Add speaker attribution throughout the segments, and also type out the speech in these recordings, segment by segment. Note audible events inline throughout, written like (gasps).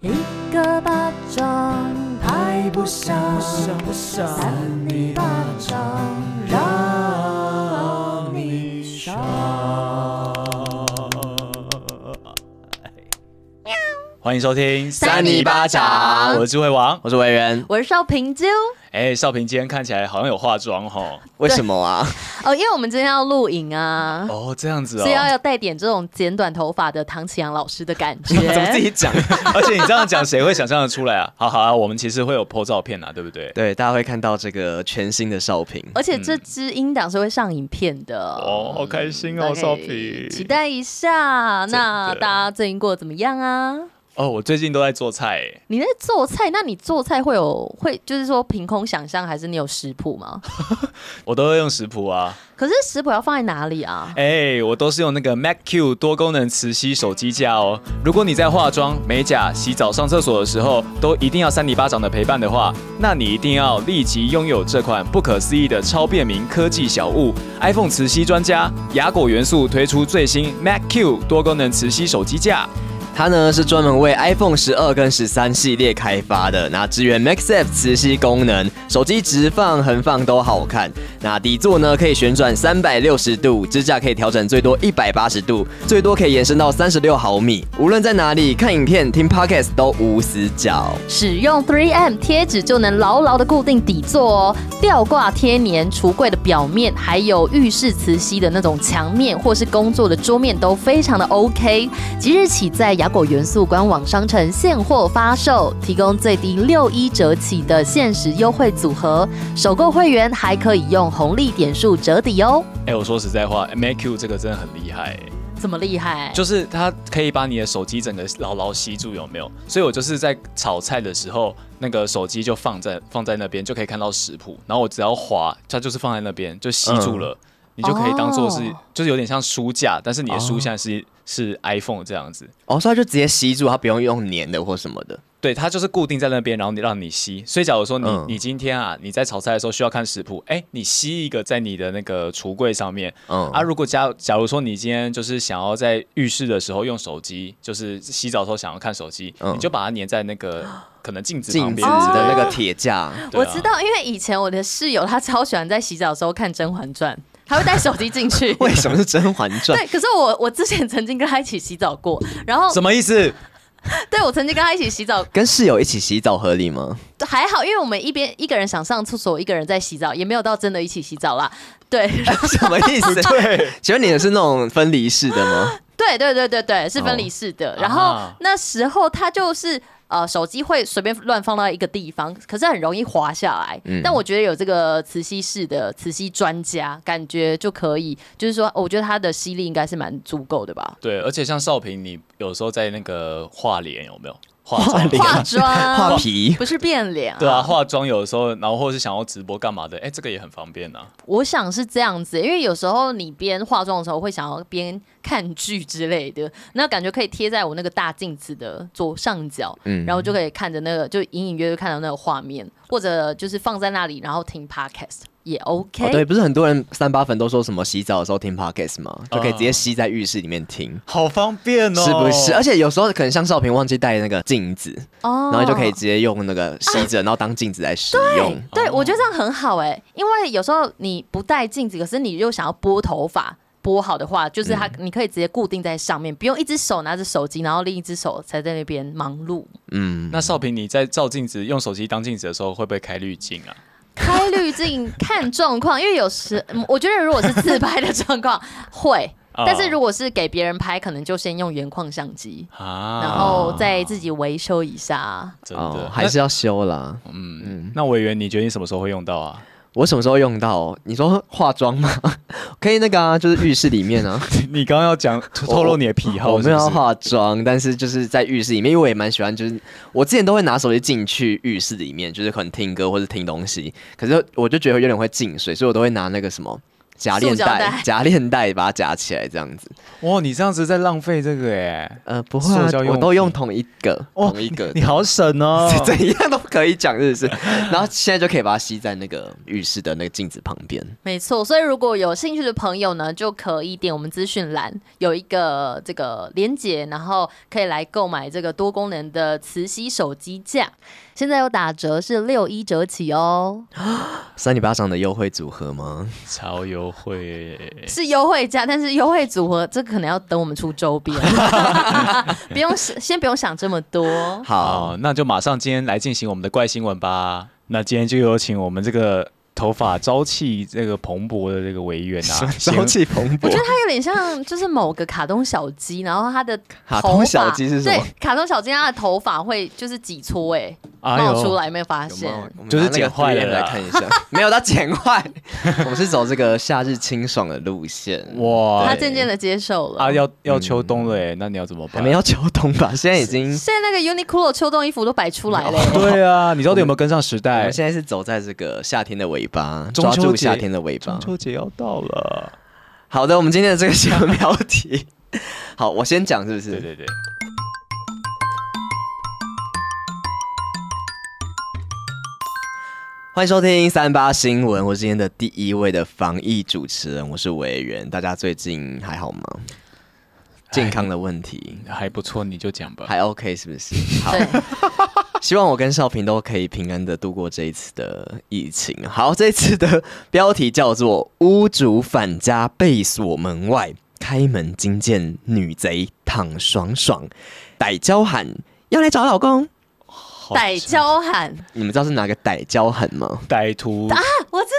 Speaker 1: 一个巴掌拍不响，
Speaker 2: 不想
Speaker 1: 扇你巴掌让你爽。
Speaker 3: (laughs) 欢迎收听
Speaker 1: 扇你巴掌
Speaker 3: 我是智慧王。
Speaker 2: 我是维人，
Speaker 1: 我是邵平啾
Speaker 3: 哎，少平今天看起来好像有化妆哦。
Speaker 2: 为什
Speaker 1: (laughs)
Speaker 2: 么啊？
Speaker 1: 哦，因为我们今天要录影啊。
Speaker 3: 哦，这样子
Speaker 1: 所以要
Speaker 3: 哦。
Speaker 1: 要带点这种剪短头发的唐启阳老师的感觉，
Speaker 2: 怎么自
Speaker 1: (laughs)
Speaker 2: 己讲？
Speaker 3: (laughs) 而且你这样讲，谁会想象得出来啊？好好啊，我们其实会有 po 照片啊，对不对？
Speaker 2: 对，大家会看到这个全新的少平。
Speaker 1: 而且这支音档是会上影片的
Speaker 3: 哦，好开心
Speaker 1: 大
Speaker 3: 哦，
Speaker 1: 家
Speaker 3: 少
Speaker 1: 可以
Speaker 3: 平。
Speaker 1: 期待一下。
Speaker 3: 真的
Speaker 1: 那大家最近过得怎么样啊？
Speaker 3: 哦，我最近都在做菜耶。
Speaker 1: 你在做菜，那你做菜会有会就是说凭空想象，还是你有食谱吗？
Speaker 3: 我都会用食谱啊，
Speaker 1: 可是食谱要放在哪里啊？
Speaker 3: 哎、我都是用那个 MacQ 多功能磁吸手机架哦。如果你在化妆、美甲、洗澡、上厕所的时候，都一定要三里巴掌的陪伴的话，那你一定要立即拥有这款不可思议的超便民科技小物 iPhone 磁吸专家雅果元素推出最新 MacQ 多功能磁吸手机架。
Speaker 2: 它呢是专门为 iPhone 十二跟十三系列开发的，那支援 MagSafe 磁吸功能，手机直放、横放都好看。那底座呢可以旋转三百六十度，支架可以调整最多一百八十度，最多可以延伸到三十六毫米。无论在哪里看影片、听 Podcast 都无死角。
Speaker 1: 使用 3M 贴纸就能牢牢的固定底座哦，吊挂贴粘橱柜的表面，还有浴室磁吸的那种墙面或是工作的桌面都非常的 OK。即日起在雅果元素官网商城现货发售，提供最低六一折起的限时优惠组合，首购会员还可以用红利点数折抵哦。
Speaker 3: 哎、我说实在话，MacQ 这个真的很厉害、
Speaker 1: 这么厉害？
Speaker 3: 就是它可以把你的手机整个牢牢吸住，有没有？所以我就是在炒菜的时候，那个手机就放在放在那边，就可以看到食谱，然后我只要滑，它就是放在那边就吸住了，你就可以当做是、
Speaker 1: 哦
Speaker 3: 就是有点像书架，但是你的书
Speaker 2: 哦
Speaker 3: 架是、是 iPhone 这样子。
Speaker 2: 哦，所以它就直接吸住，它不用用粘的或什么的。
Speaker 3: 对，它就是固定在那边，然后你让你吸。所以，假如说你、
Speaker 2: 嗯
Speaker 3: 你今天啊，你在炒菜的时候需要看食谱，哎，你吸一个在你的那个橱柜上面，
Speaker 2: 嗯
Speaker 3: 啊，如果假假如说你今天就是想要在浴室的时候用手机，就是洗澡的时候想要看手机，
Speaker 2: 嗯
Speaker 3: 你就把它粘在那个可能镜子旁
Speaker 2: 镜子
Speaker 3: 边之类
Speaker 2: 的
Speaker 3: 的
Speaker 2: 那个铁架。
Speaker 3: 对
Speaker 1: 我
Speaker 3: 啊
Speaker 1: 知道，因为以前我的室友他超喜欢在洗澡的时候看《甄嬛传》，他会带手机进去。
Speaker 2: (laughs)
Speaker 1: (laughs)
Speaker 2: 为什么是《甄嬛传》？
Speaker 1: 对，可是我我之前曾经跟他一起洗澡过，然后
Speaker 3: 什么意思？
Speaker 1: 对我曾经跟他一起洗澡，
Speaker 2: 跟室友一起洗澡合理吗？
Speaker 1: 还好，因为我们一边一个人想上厕所，一个人在洗澡，也没有到真的一起洗澡啦。对，
Speaker 2: (laughs) 什么意思？对，请问你的是那种分离式的吗？
Speaker 1: 对对对对对，是分离式的。然后
Speaker 3: 啊
Speaker 1: 那时候他就是。呃，手机会随便乱放到一个地方，可是很容易滑下来。
Speaker 2: 嗯
Speaker 1: 但我觉得有这个磁吸式的磁吸专家，感觉就可以，就是说，哦我觉得它的吸力应该是蛮足够的吧。
Speaker 3: 对，而且像少平，你有时候在那个画脸有没有化
Speaker 2: 画
Speaker 3: 妆
Speaker 1: (gasps)
Speaker 2: 脸
Speaker 1: 化妆、
Speaker 2: 画皮
Speaker 1: 不是变脸、
Speaker 3: 对啊，化妆有的时候，然后或是想要直播干嘛的，哎，这个也很方便呐、
Speaker 1: 我想是这样子，因为有时候你边化妆的时候会想要边看剧之类的，那感觉可以贴在我那个大镜子的左上角，
Speaker 2: 嗯
Speaker 1: 然后就可以看着那个，就隐隐约约看到那个画面，或者就是放在那里，然后听 podcast 也 OK。
Speaker 2: 哦，对，不是很多人三八粉都说什么洗澡的时候听 podcast 吗？
Speaker 1: 啊
Speaker 2: 就可以直接吸在浴室里面听。
Speaker 3: 好方便
Speaker 2: 是不是？而且有时候可能像少平忘记带那个镜子，
Speaker 1: 哦
Speaker 2: 然后就可以直接用那个
Speaker 1: (laughs)
Speaker 2: 吸着，然后当镜子来使用。
Speaker 1: 对，我觉得这样很好哎、因为有时候你不戴镜子，可是你又想要拨头发。拨好的话，就是它，
Speaker 2: 嗯
Speaker 1: 你可以直接固定在上面，不用一只手拿着手机，然后另一只手才在那边忙碌。
Speaker 2: 嗯，
Speaker 3: 那少平，你在照镜子用手机当镜子的时候，会不会开滤镜啊？
Speaker 1: 开滤镜看状况，因为有时嗯我觉得如果是自拍的状况 (laughs) 会，
Speaker 3: 啊
Speaker 1: 但是如果是给别人拍，可能就先用原矿相机，
Speaker 3: 啊，
Speaker 1: 然后再自己维修一下。
Speaker 3: 真的、
Speaker 2: 哦，还是要修啦。
Speaker 3: 那嗯，那委员，你觉得你什么时候会用到啊？ (laughs)
Speaker 2: 我什么时候用到？你说化妆吗？ (laughs) 可以那个啊，就是浴室里面啊。
Speaker 3: 你刚刚要讲透露你的癖好
Speaker 2: 我
Speaker 3: 是不是，
Speaker 2: 哦没有要化妆，但是就是在浴室里面，因为我也蛮喜欢，就是我之前都会拿手机进去浴室里面，就是可能听歌或者听东西，可是我就觉得有点会进水，所以我都会拿那个什么夹链
Speaker 1: 塑胶
Speaker 2: 带
Speaker 1: 袋、
Speaker 2: 夹链带把它夹起来，这样子。
Speaker 3: 哇，你这样子在浪费这个
Speaker 2: (laughs)
Speaker 3: 哎，
Speaker 2: 呃，不会、啊
Speaker 3: 塑胶，用
Speaker 2: 我都用同一个，
Speaker 3: 哦
Speaker 2: 同一个，。
Speaker 3: 你好省哦 (laughs)
Speaker 2: (laughs) 怎样都可以讲，是不是？然后现在就可以把它吸在那个浴室的那个镜子旁边。
Speaker 1: 没错，所以如果有兴趣的朋友呢，就可以点我们资讯栏有一个这个连接，然后可以来购买这个多功能的磁吸手机架，现在有打折，是六一折起哦，
Speaker 2: 三里巴掌的优惠组合吗？
Speaker 3: 超优惠耶，
Speaker 1: 是优惠价，但是优惠组合这可能要等我们出周
Speaker 2: (laughs)
Speaker 1: 边，不用先不用想这么多。
Speaker 2: (laughs) 好，
Speaker 3: 好，那就马上今天来进行我们的怪新闻吧。那今天就有请我们这个头发朝气这个蓬勃的这个委员啊，
Speaker 2: 朝气蓬
Speaker 1: 我觉得
Speaker 2: 勃。
Speaker 1: 它有点像，就是某个卡通小鸡，然后它的
Speaker 2: 卡
Speaker 1: 头
Speaker 2: 通
Speaker 1: 发
Speaker 2: 小鸡是什
Speaker 1: 对
Speaker 2: 么？，
Speaker 1: 卡通小鸡它的头发会就是几撮哎、
Speaker 3: 哎呦
Speaker 1: 冒出来，没有发现？
Speaker 2: 我们
Speaker 3: 就是
Speaker 2: 拿那个
Speaker 3: 剪坏了
Speaker 2: 3M 来
Speaker 3: 啦
Speaker 2: 看一下， (laughs) 没有它剪
Speaker 3: (laughs)
Speaker 2: 坏。我们是走这个夏日清爽的路线，哎
Speaker 3: 哇，
Speaker 1: 他嗯渐渐的接受了。
Speaker 3: 啊，要要秋冬了哎，那你要怎么办？
Speaker 2: 还没。要秋冬吧？现在已经，
Speaker 1: 现在那个 Uniqlo 秋冬衣服都摆出来了、
Speaker 3: (laughs) 对啊，你到底有没有跟上时
Speaker 2: (laughs) 我
Speaker 3: 代
Speaker 2: 们？现在是走在这个夏天的尾巴，
Speaker 3: 中
Speaker 2: 抓
Speaker 3: 秋
Speaker 2: 住
Speaker 3: 节
Speaker 2: 夏天的尾巴
Speaker 3: 中。秋节要到了，
Speaker 2: 好的，我们今天的这个新闻标题，好，我先讲是不是？
Speaker 3: 对对对，
Speaker 2: 欢迎收听三八新闻，我是今天的第一位的防疫主持人，我是委员。大家最近还好吗？
Speaker 3: 哎
Speaker 2: 健康的问题
Speaker 3: 还不错，你就讲吧。
Speaker 2: 还 OK 是不是？ (laughs) 好，
Speaker 1: 欸对，
Speaker 2: 希望我跟少平都可以平安的度过这一次的疫情。好，这一次的标题叫做“屋主返家被锁门外，开门惊见女贼躺爽爽，歹娇喊要来找老公
Speaker 3: 好
Speaker 1: 歹娇喊，”。
Speaker 2: 你们知道是哪个歹娇喊吗？
Speaker 3: 歹徒
Speaker 1: (laughs) 我知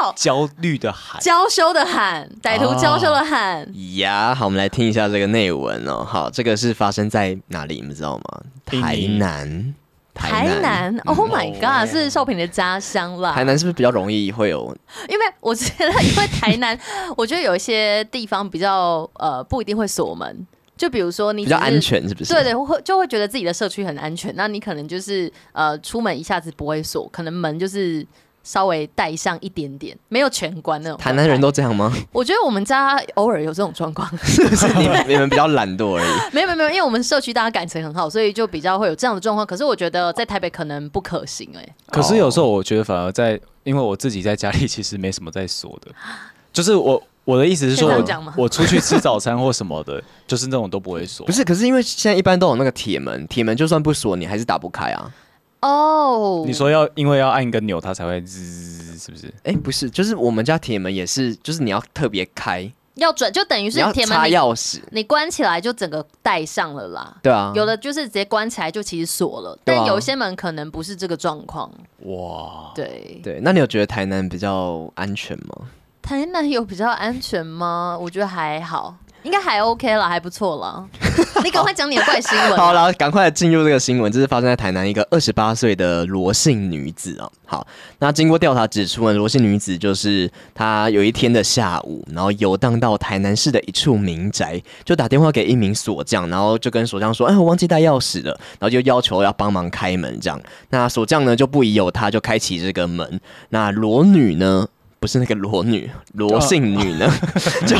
Speaker 1: 道，
Speaker 3: 焦虑
Speaker 1: (laughs)
Speaker 3: 的喊，
Speaker 1: 娇羞的喊，歹
Speaker 2: 哦
Speaker 1: 徒娇羞的喊，
Speaker 2: 呀好，我们来听一下这个内文哦。好，这个是发生在哪里？你们知道吗？
Speaker 3: 印尼
Speaker 2: 台南，
Speaker 1: 台南
Speaker 2: 嗯
Speaker 1: ，Oh my
Speaker 3: 哦
Speaker 1: God，是少平的家乡啦
Speaker 2: 台。南是不是比较容易会有？
Speaker 1: 因为我觉得，因为台南，我觉得有一些地方比较呃不一定会锁门，就比如说你
Speaker 2: 比较
Speaker 1: 只是
Speaker 2: 安。全，是不是？
Speaker 1: 对对，会就会觉得自己的社区很安全，那你可能就是呃出门一下子不会锁，可能门就是稍微带上一点点，没有全关那种。
Speaker 2: 台南人都这样
Speaker 1: (laughs)
Speaker 2: 吗？
Speaker 1: 我觉得我们家偶尔有这种状况， (laughs)
Speaker 2: 是不是你们你们比较懒惰而已？
Speaker 1: 没有没有没有，因为我们社区大家感情很好，所以就比较会有这样的状况。可是我觉得在台北可能不可行哎、
Speaker 3: 可是有时候我觉得反而在，因为我自己在家里其实没什么在锁的，就是我我的意思是说
Speaker 1: 可以这
Speaker 3: 我
Speaker 1: 样讲吗，
Speaker 3: 我出去吃早餐或什么的，就是那种都不会锁
Speaker 2: 不。是，可是因为现在一般都有那个铁门，铁门就算不锁，你还是打不开啊。
Speaker 1: 哦，
Speaker 3: 你说要因为要按一个钮，它才会滋，是不是？
Speaker 2: 哎，不是，就是我们家铁门也是，就是你要特别开，
Speaker 1: 要转就等于
Speaker 2: 你
Speaker 1: 是
Speaker 2: 要
Speaker 1: 铁
Speaker 2: 插
Speaker 1: 门你
Speaker 2: 钥匙，
Speaker 1: 你关起来就整个带上了啦。
Speaker 2: 对啊，
Speaker 1: 有的就是直接关起来就其实锁了，
Speaker 2: 对啊
Speaker 1: 但有一些门可能不是这个状况。
Speaker 3: 哇，
Speaker 1: 对，
Speaker 2: 对。那你有觉得台南比较安全吗？
Speaker 1: 台南有比较安全吗？我觉得还好，应该还 OK 啦，还不错
Speaker 2: (laughs)
Speaker 1: 啦。你赶快讲你的怪新闻。
Speaker 2: 好了，赶快进入这个新闻，这是发生在台南一个二十八岁的罗姓女子啊。好，那经过调查指出呢，罗姓女子就是她有一天的下午，然后游荡到台南市的一处民宅，就打电话给一名锁匠，然后就跟锁匠说：“哎，我忘记带钥匙了。”然后就要求要帮忙开门这样。那锁匠呢就不疑有他，就开启这个门。那罗女呢？不是那个罗女，罗姓女呢， (laughs) 就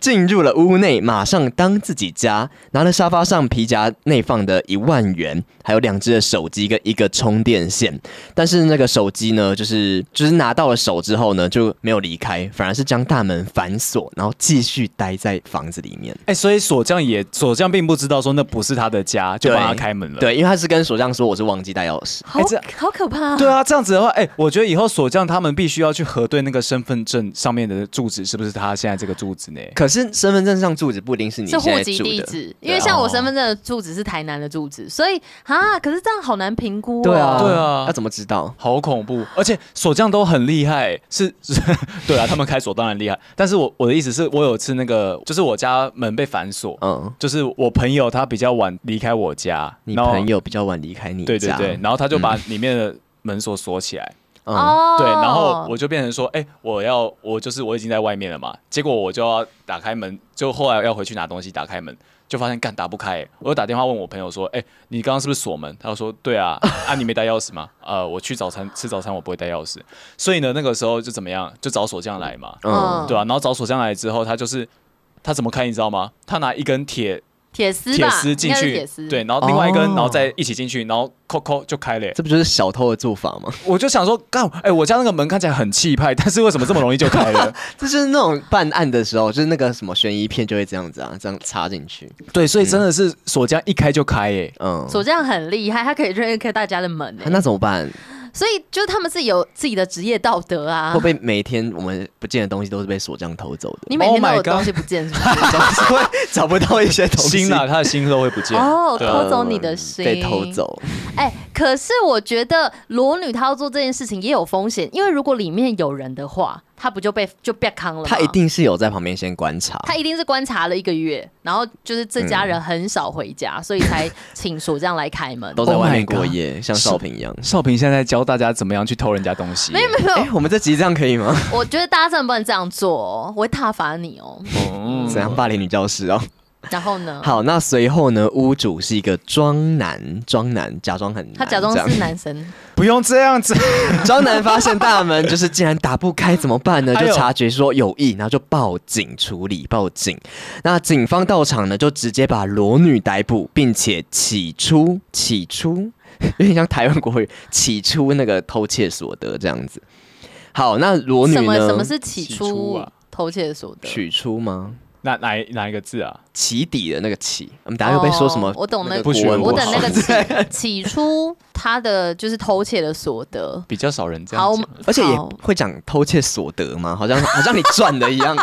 Speaker 2: 进入了屋内，马上当自己家，拿了沙发上皮夹内放的一万元，还有两只的手机跟一个充电线。但是那个手机呢，就是就是拿到了手之后呢，就没有离开，反而是将大门反锁，然后继续待在房子里面。
Speaker 3: 哎、所以锁匠也锁匠并不知道说那不是他的家，就
Speaker 2: 对
Speaker 3: 帮他开门了。
Speaker 2: 对，因为他是跟锁匠说我是忘记带钥匙。
Speaker 1: 好、
Speaker 3: 哎这
Speaker 1: 好可 (laughs) 怕、啊。
Speaker 3: 对啊，这样子的话，哎、我觉得以后锁匠他们必须要去核对那个身份证上面的住址是不是他现在这个住址呢？
Speaker 2: 可是身份证上住址不一定是你
Speaker 1: 是
Speaker 2: 现
Speaker 1: 户
Speaker 2: 在
Speaker 1: 籍
Speaker 2: 住
Speaker 1: 地
Speaker 2: 的。啊
Speaker 1: 址，因为像我身份证的住址是台南的住址，所以啊，可是这样好难评估哦。
Speaker 2: 对啊，
Speaker 3: 对啊
Speaker 2: 要怎么知道？
Speaker 3: 好恐怖！而且锁匠都很厉害，是， (laughs) 是对啊，他们开锁当然厉害。但是我我的意思是我有次那个，就是我家门被反锁，
Speaker 2: 嗯，
Speaker 3: 就是我朋友他比较晚离开我家，
Speaker 2: 你
Speaker 3: 然后
Speaker 2: 朋友比较晚离开你
Speaker 3: 对对
Speaker 2: 家，
Speaker 3: 对，然后他就把里面的门锁锁起来，
Speaker 2: 嗯，
Speaker 1: 哦，
Speaker 3: 对，然后我就变成说，哎、我要我就是我已经在外面了嘛，结果我就要打开门，就后来要回去拿东西，打开门，就发现干打不开、欸我就打电话问我朋友说，哎、你刚刚是不是锁门？他就说，对
Speaker 1: (laughs)
Speaker 3: 啊，啊你没带钥匙吗？呃，我去早餐吃早餐我不会带钥匙，所以呢那个时候就怎么样，就找锁匠来嘛，
Speaker 1: 嗯
Speaker 3: 对啊，然后找锁匠来之后，他就是他怎么开你知道吗？他拿一根铁
Speaker 1: 铁丝
Speaker 3: 铁
Speaker 1: 吧，
Speaker 3: 丝进
Speaker 1: 应该是
Speaker 3: 去
Speaker 1: 铁丝，，
Speaker 3: 对，然后另外一根，
Speaker 2: 哦
Speaker 3: 然后再一起进去，然后扣扣就开了欸、
Speaker 2: 这不就是小偷的做法吗？ (laughs)
Speaker 3: 我就想说，干，哎、我家那个门看起来很气派，但是为什么这么容易就开了？
Speaker 2: 这就是那种办案的时候，就是那个什么悬疑片就会这样子啊，这样插进去。
Speaker 3: (laughs) 对，所以真的是锁匠一开就开、欸，
Speaker 2: 嗯，
Speaker 1: 锁匠很厉害，他可以任意开大家的门欸、
Speaker 2: 啊那怎么办？
Speaker 1: 所以就是他们自己有自己的职业道德啊
Speaker 2: 会不。会每天我们不见的东西都是被锁匠偷走的？
Speaker 1: (laughs) 你每天都
Speaker 3: Oh
Speaker 1: 有
Speaker 3: my God
Speaker 1: 东西不见是
Speaker 2: (laughs)
Speaker 1: 不是？
Speaker 2: 总是会找不到一些东西，
Speaker 3: 心啊，他的心都会不见。
Speaker 1: 哦，
Speaker 3: 对啊
Speaker 1: 偷走你的心，
Speaker 2: 被偷。走。
Speaker 1: 哎、可是我觉得裸女她要做这件事情也有风险，因为如果里面有人的话，她不就被就被坑了吗？
Speaker 2: 他一，定是有在旁边先观察。
Speaker 1: 她一定是观察了一个月，然后就是这家
Speaker 2: 嗯
Speaker 1: 人很少回家，所以才请锁匠来开门。
Speaker 2: (laughs) 都在
Speaker 3: Oh my
Speaker 2: 外面
Speaker 3: God
Speaker 2: 过夜，像少平一样。
Speaker 3: 少平现在教大家怎么样去偷人家东西、
Speaker 1: 没有没有，
Speaker 2: 哎、我们这集这样可以吗？
Speaker 1: 我觉得大家真的不能这样做哦，我会挞伐你哦。
Speaker 3: 嗯
Speaker 2: 怎样霸凌女教师哦？
Speaker 1: 然后呢？
Speaker 2: 好，那随后呢？屋主是一个装男，装男，假装很男
Speaker 1: 他假装
Speaker 2: 这样
Speaker 1: 是
Speaker 2: (laughs)
Speaker 1: 男生，
Speaker 3: 不用这样子， (laughs)
Speaker 2: 张楠发现大门就是竟然打不开，怎么办呢？
Speaker 3: 哎
Speaker 2: 就
Speaker 3: 呦
Speaker 2: 察觉说有异，然后就报警处理，报警。那警方到场呢，就直接把裸女逮捕，并且起初起初有点像台湾国语，起初那个偷窃所得这样子。好，那裸女
Speaker 1: 什么
Speaker 2: 呢？
Speaker 1: 什么是起
Speaker 3: 起初
Speaker 1: 初
Speaker 3: 啊
Speaker 1: 偷窃所得？
Speaker 2: 取出吗？
Speaker 3: 哪哪一哪一个字啊？
Speaker 2: 起底的那个起，我们等下又被说什么？
Speaker 1: 哦我懂那
Speaker 2: 个
Speaker 1: 个
Speaker 2: 国
Speaker 3: 不
Speaker 2: 文
Speaker 3: 许
Speaker 2: 不
Speaker 1: 我
Speaker 2: 好
Speaker 1: 等那个起起初他的就是偷窃的所得。
Speaker 3: 比较少人这
Speaker 1: 好
Speaker 3: 样讲。，
Speaker 2: 而且也
Speaker 1: 好
Speaker 2: 会讲偷窃所得吗？好像好像你赚的
Speaker 1: (laughs)
Speaker 2: 一样。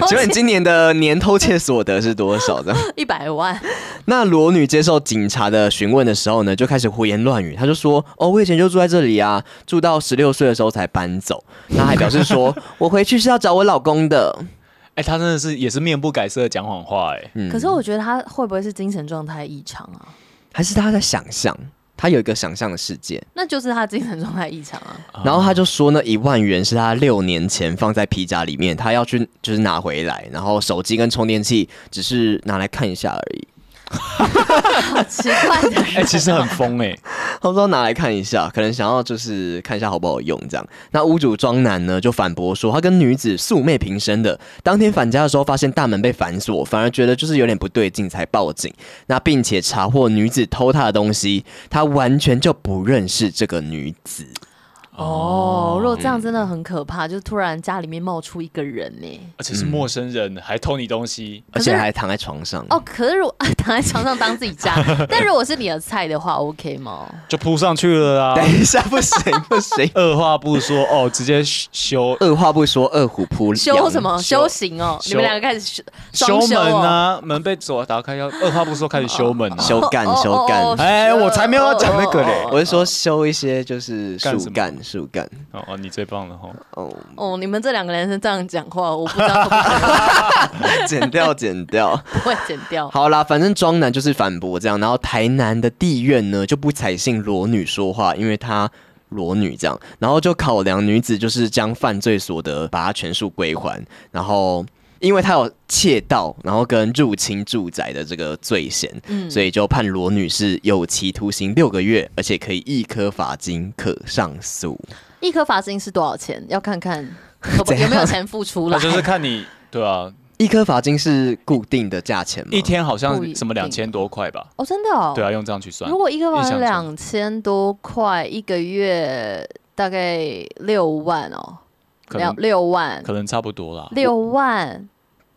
Speaker 1: 偷
Speaker 2: (laughs) 请问你
Speaker 1: 窃
Speaker 2: 今年的年偷窃所得是多少？
Speaker 1: (laughs)
Speaker 2: 这样。
Speaker 1: 一百万，
Speaker 2: 那裸女接受警察的询问的时候呢，就开始胡言乱语。她就说：“哦，我以前就住在这里啊，住到十六岁的时候才搬走。”那还表
Speaker 1: (laughs)
Speaker 2: 示说：“我回去是要找我老公的。
Speaker 3: 哎、他真的是也是面不改色的讲谎话、哎，”
Speaker 2: 嗯
Speaker 1: 可是我觉得他会不会是精神状态异常啊？
Speaker 2: 还是她在想象，她有一个想象的世界。
Speaker 1: 那就是他精神状态异常啊！
Speaker 2: (laughs) 然后她就说呢，一万元是她六年前放在皮夹里面，她要去就是拿回来，然后手机跟充电器只是拿来看一下而已。
Speaker 1: 好奇怪的人，
Speaker 3: 哎、 (laughs) 其实很疯哎、
Speaker 2: 他们说拿来看一下，可能想要就是看一下好不好用这样。那屋主庄男呢就反驳说，他跟女子素昧平生的，当天返家的时候发现大门被反锁，反而觉得就是有点不对劲，才报警。那并且查获女子偷他的东西，他完全就不认识这个女子。
Speaker 1: 哦，如果这样真的很可怕，就突然家里面冒出一个人呢。
Speaker 3: 而且是陌生人、还偷你东西，
Speaker 1: 可
Speaker 2: 而
Speaker 1: 是
Speaker 2: 且还躺在床上，
Speaker 1: 哦，可是如果躺在床上当自己
Speaker 2: (laughs)
Speaker 1: 家，但如果是你的菜的话，OK 吗？
Speaker 3: 就扑上去了啊！，
Speaker 2: 等一下，不行不行
Speaker 1: (laughs)
Speaker 3: 二话不说，哦，直接修
Speaker 2: 二话不说，二虎扑
Speaker 1: 修
Speaker 2: 羊
Speaker 1: 什么
Speaker 3: 修
Speaker 1: 修行哦？
Speaker 3: 修
Speaker 1: 你们两个开始修
Speaker 3: 修
Speaker 1: 双
Speaker 3: 门
Speaker 1: 哦？
Speaker 3: 啊，门被锁打开要二话不说开始修门、啊，
Speaker 2: (laughs) 修干
Speaker 1: 哦
Speaker 2: 修干。
Speaker 1: 哦哦
Speaker 3: (laughs) 哎我才没有要讲那个嘞
Speaker 1: 哦哦哦
Speaker 2: 我是说修一些就是
Speaker 3: 干什
Speaker 2: 树
Speaker 3: 么
Speaker 2: 干树干
Speaker 3: (laughs) 哦哦，你最棒了哈！
Speaker 2: 哦，
Speaker 1: 哦，你们这两个男生这样讲话，我不知道会
Speaker 2: 剪掉剪掉。
Speaker 1: 不会剪掉。
Speaker 2: 好啦，反正庄男就是反驳这样，然后台南的地院呢就不采信裸女说话，因为她裸女这样，然后就考量女子就是将犯罪所得把它全数归还，然后。因为她有窃盗，然后跟入侵住宅的这个罪嫌，
Speaker 1: 嗯
Speaker 2: 所以就判裸女是有期徒刑六个月，而且可以一颗罚金，可上诉。
Speaker 1: (laughs) 一颗罚金是多少钱？要看 (laughs) 看有不
Speaker 2: 怎
Speaker 1: 有
Speaker 2: 样
Speaker 1: 没有钱付出
Speaker 3: 那
Speaker 1: 来。
Speaker 3: 就是看你对啊，
Speaker 2: 一颗罚金是固定的价钱吗？
Speaker 3: 一天好
Speaker 1: 不一
Speaker 3: 像
Speaker 1: 定
Speaker 3: 什么两千多块吧？
Speaker 1: (laughs) 哦，真的哦。
Speaker 3: 对啊，用这样去算
Speaker 1: 如，果一个
Speaker 3: 印
Speaker 1: 晚
Speaker 3: 象中
Speaker 1: 两千多块，一个月大概六万哦，
Speaker 3: 可
Speaker 1: 两
Speaker 3: 能
Speaker 1: 六万
Speaker 3: 可能差不多啦。
Speaker 1: 六万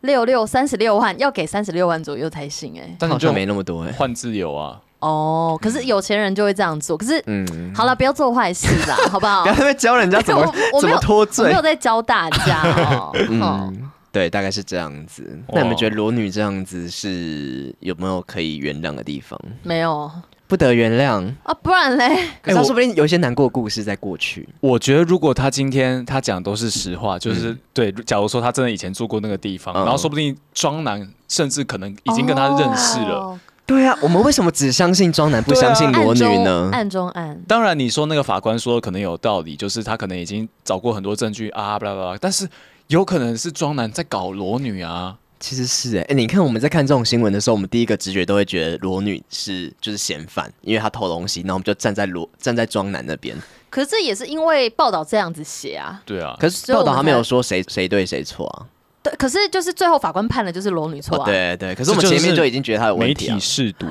Speaker 1: 六六三十六万，要给三十六万左右才行哎。
Speaker 3: 但
Speaker 2: 好
Speaker 3: 你就
Speaker 2: 像没那么多哎、
Speaker 3: 换自由啊，
Speaker 1: 哦，可是有钱人就会这样做。可是
Speaker 2: 嗯，
Speaker 1: 好了，不要做坏事啦，好不
Speaker 3: (laughs)
Speaker 1: 好哎
Speaker 2: 不要？在那边教人家怎么
Speaker 1: 我我
Speaker 2: 怎
Speaker 1: 没有
Speaker 2: 么脱
Speaker 1: 我
Speaker 2: 罪
Speaker 1: 没有。在教大家
Speaker 3: (laughs)
Speaker 1: 哦。哦
Speaker 2: 嗯，对，大概是这样子。那你们觉得裸女这样子是有没有可以原谅的地方？
Speaker 1: 没有
Speaker 2: 不得原谅，
Speaker 1: 啊，不然嘞，
Speaker 2: 可是她
Speaker 3: 我
Speaker 2: 说不定有一些难过的故事在过去。
Speaker 3: 我觉得如果他今天他讲的都是实话，就是、对。假如说他真的以前住过那个地方，
Speaker 2: 嗯
Speaker 3: 然后说不定庄男甚至可能已经跟他认识了。
Speaker 1: 哦，
Speaker 2: 对啊，我们为什么只相信装男，不
Speaker 3: 对啊
Speaker 2: 相信裸
Speaker 1: 暗
Speaker 2: 女
Speaker 1: 中
Speaker 2: 呢？
Speaker 1: 暗中暗，
Speaker 3: 当然，你说那个法官说的可能有道理，就是他可能已经找过很多证据啊，巴拉巴拉，但是有可能是庄男在搞裸女啊。
Speaker 2: 其实是哎、哎你看我们在看这种新闻的时候，我们第一个直觉都会觉得裸女是就是嫌犯，因为她偷东西，然后我们就站在裸站在庄男那边。
Speaker 1: 可是这也是因为报道这样子写啊，
Speaker 3: 对啊，
Speaker 2: 可是
Speaker 1: 所以我
Speaker 2: 报
Speaker 1: 们
Speaker 2: 道他没
Speaker 1: 才
Speaker 2: 有说谁谁对谁错啊。
Speaker 1: 对，可是就是最后法官判了就是裸女错啊。
Speaker 2: 哦，对对，可是我们
Speaker 3: 这就
Speaker 2: 前面
Speaker 3: 是
Speaker 2: 就已经觉得他有问
Speaker 3: 媒
Speaker 2: 题啊、
Speaker 3: 体试读，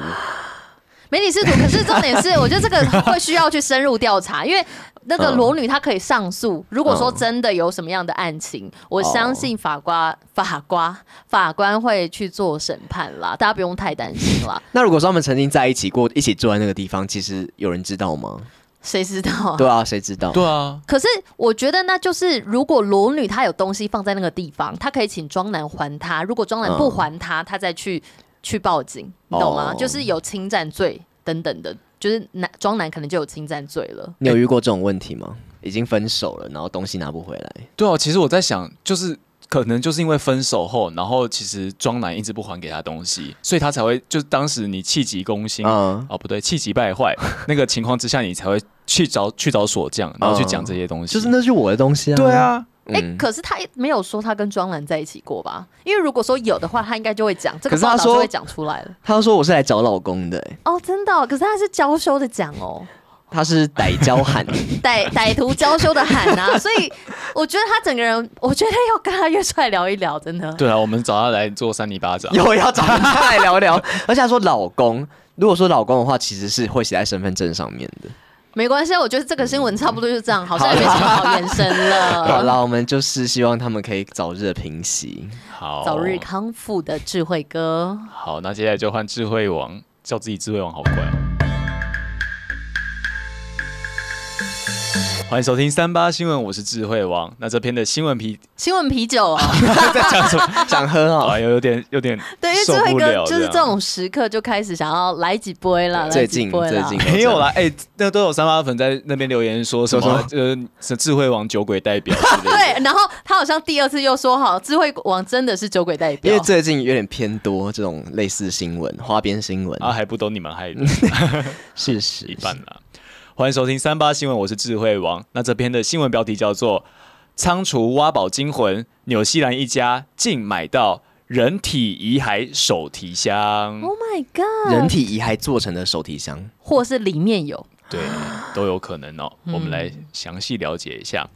Speaker 1: 媒体试图，可是重点
Speaker 3: (laughs)
Speaker 1: 是，我觉得这个会需要去深入调查，因为那
Speaker 3: 嗯
Speaker 1: 个裸女她可以上诉。如果说真的有什么样的案情，我相信法
Speaker 3: 哦
Speaker 1: 官、法官、法官会去做审判啦，大家不用太担心啦。
Speaker 2: 那如果说他们曾经在一起过，一起住在那个地方，其实有人知道吗？
Speaker 1: 谁知道啊？
Speaker 2: 对啊，谁知道？
Speaker 3: 对啊，
Speaker 1: 可是我觉得，那就是如果裸女她有东西放在那个地方，她可以请庄男还她。如果庄男不还她，她再去去报警，你懂吗？
Speaker 2: 哦
Speaker 1: 就是有侵占罪等等的，就是男庄男可能就有侵占罪了。
Speaker 2: 你有遇过这种问题吗？已经分手了，然后东西拿不回来，
Speaker 3: 对啊，其实我在想，就是可能就是因为分手后，然后其实庄男一直不还给他东西，所以他才会就是当时你气急攻心，
Speaker 2: 嗯，
Speaker 3: 哦不对，气急败
Speaker 2: (laughs)
Speaker 3: 坏那个情况之下，你才会去找去找锁匠，然后去讲这些东西。
Speaker 2: 嗯就是那是我的东西啊。
Speaker 3: 对，啊，
Speaker 1: 哎、可是他没有说他跟庄兰在一起过吧？因为如果说有的话，他应该就会讲，这个
Speaker 2: 可是他
Speaker 1: 报道就
Speaker 2: 说
Speaker 1: 会讲出来了。
Speaker 2: 他说我是来找老公的、欸
Speaker 1: 哦，真的哦、可是他是娇羞的讲哦，
Speaker 2: 他是逮交 (laughs) 汉，
Speaker 1: 歹歹徒娇羞的喊啊，所以我觉得他整个人，我觉得要跟他约出来聊一聊，真的。
Speaker 3: 对啊，我们找他来做三泥巴掌。
Speaker 2: 有要找他来聊聊，而且他说老公。如果说老公的话，其实是会写在身份证上面的。
Speaker 1: 没关系，我觉得这个新闻差不多就这样，好像也没什么好延伸
Speaker 3: (laughs)
Speaker 2: 好
Speaker 1: 了。
Speaker 2: 啦，我们就是希望他们可以早日平 (laughs) 息。
Speaker 3: 好，
Speaker 1: 早日康复的智慧哥，
Speaker 3: 好，那接下来就换智慧王，叫自己智慧王好怪哦。欢迎收听三八新闻，我是智慧王。那这篇的新闻皮，
Speaker 1: 新闻啤酒啊，
Speaker 3: (laughs)
Speaker 2: 想喝啊、
Speaker 3: 啊，有有点有点
Speaker 1: (laughs) 对，因为智
Speaker 3: 受
Speaker 1: 慧
Speaker 3: 不
Speaker 1: 哥
Speaker 3: 了，
Speaker 1: 就是这种时刻就开始想要来几杯啦，
Speaker 2: 最
Speaker 1: 来几
Speaker 2: 近
Speaker 1: 杯
Speaker 2: 最
Speaker 1: 啦
Speaker 2: 近。
Speaker 3: (laughs) 没有啦，哎、那都有三八粉在那边留言说什么 (laughs)
Speaker 2: 说，
Speaker 3: 呃，是智慧王酒鬼代表之类的。
Speaker 1: (laughs) 对，然后他好像第二次又说好，智慧王真的是酒鬼代
Speaker 2: 因
Speaker 1: 表
Speaker 2: 为。最近有点偏多这种类似新闻、花边新闻
Speaker 3: 啊，，还不都你们害的
Speaker 2: 事实
Speaker 3: 一半啦。 (laughs) 欢迎收听三八新闻，我是智慧王。那这篇的新闻标题叫做《仓储挖宝惊魂：纽西兰一家竟买到人体遗骸手提箱》，
Speaker 1: Oh my
Speaker 2: 人
Speaker 1: god！
Speaker 2: 体遗骸做成的手提箱，
Speaker 1: 或是里面有，
Speaker 3: 对，都有可能哦。我们来详细了解一下。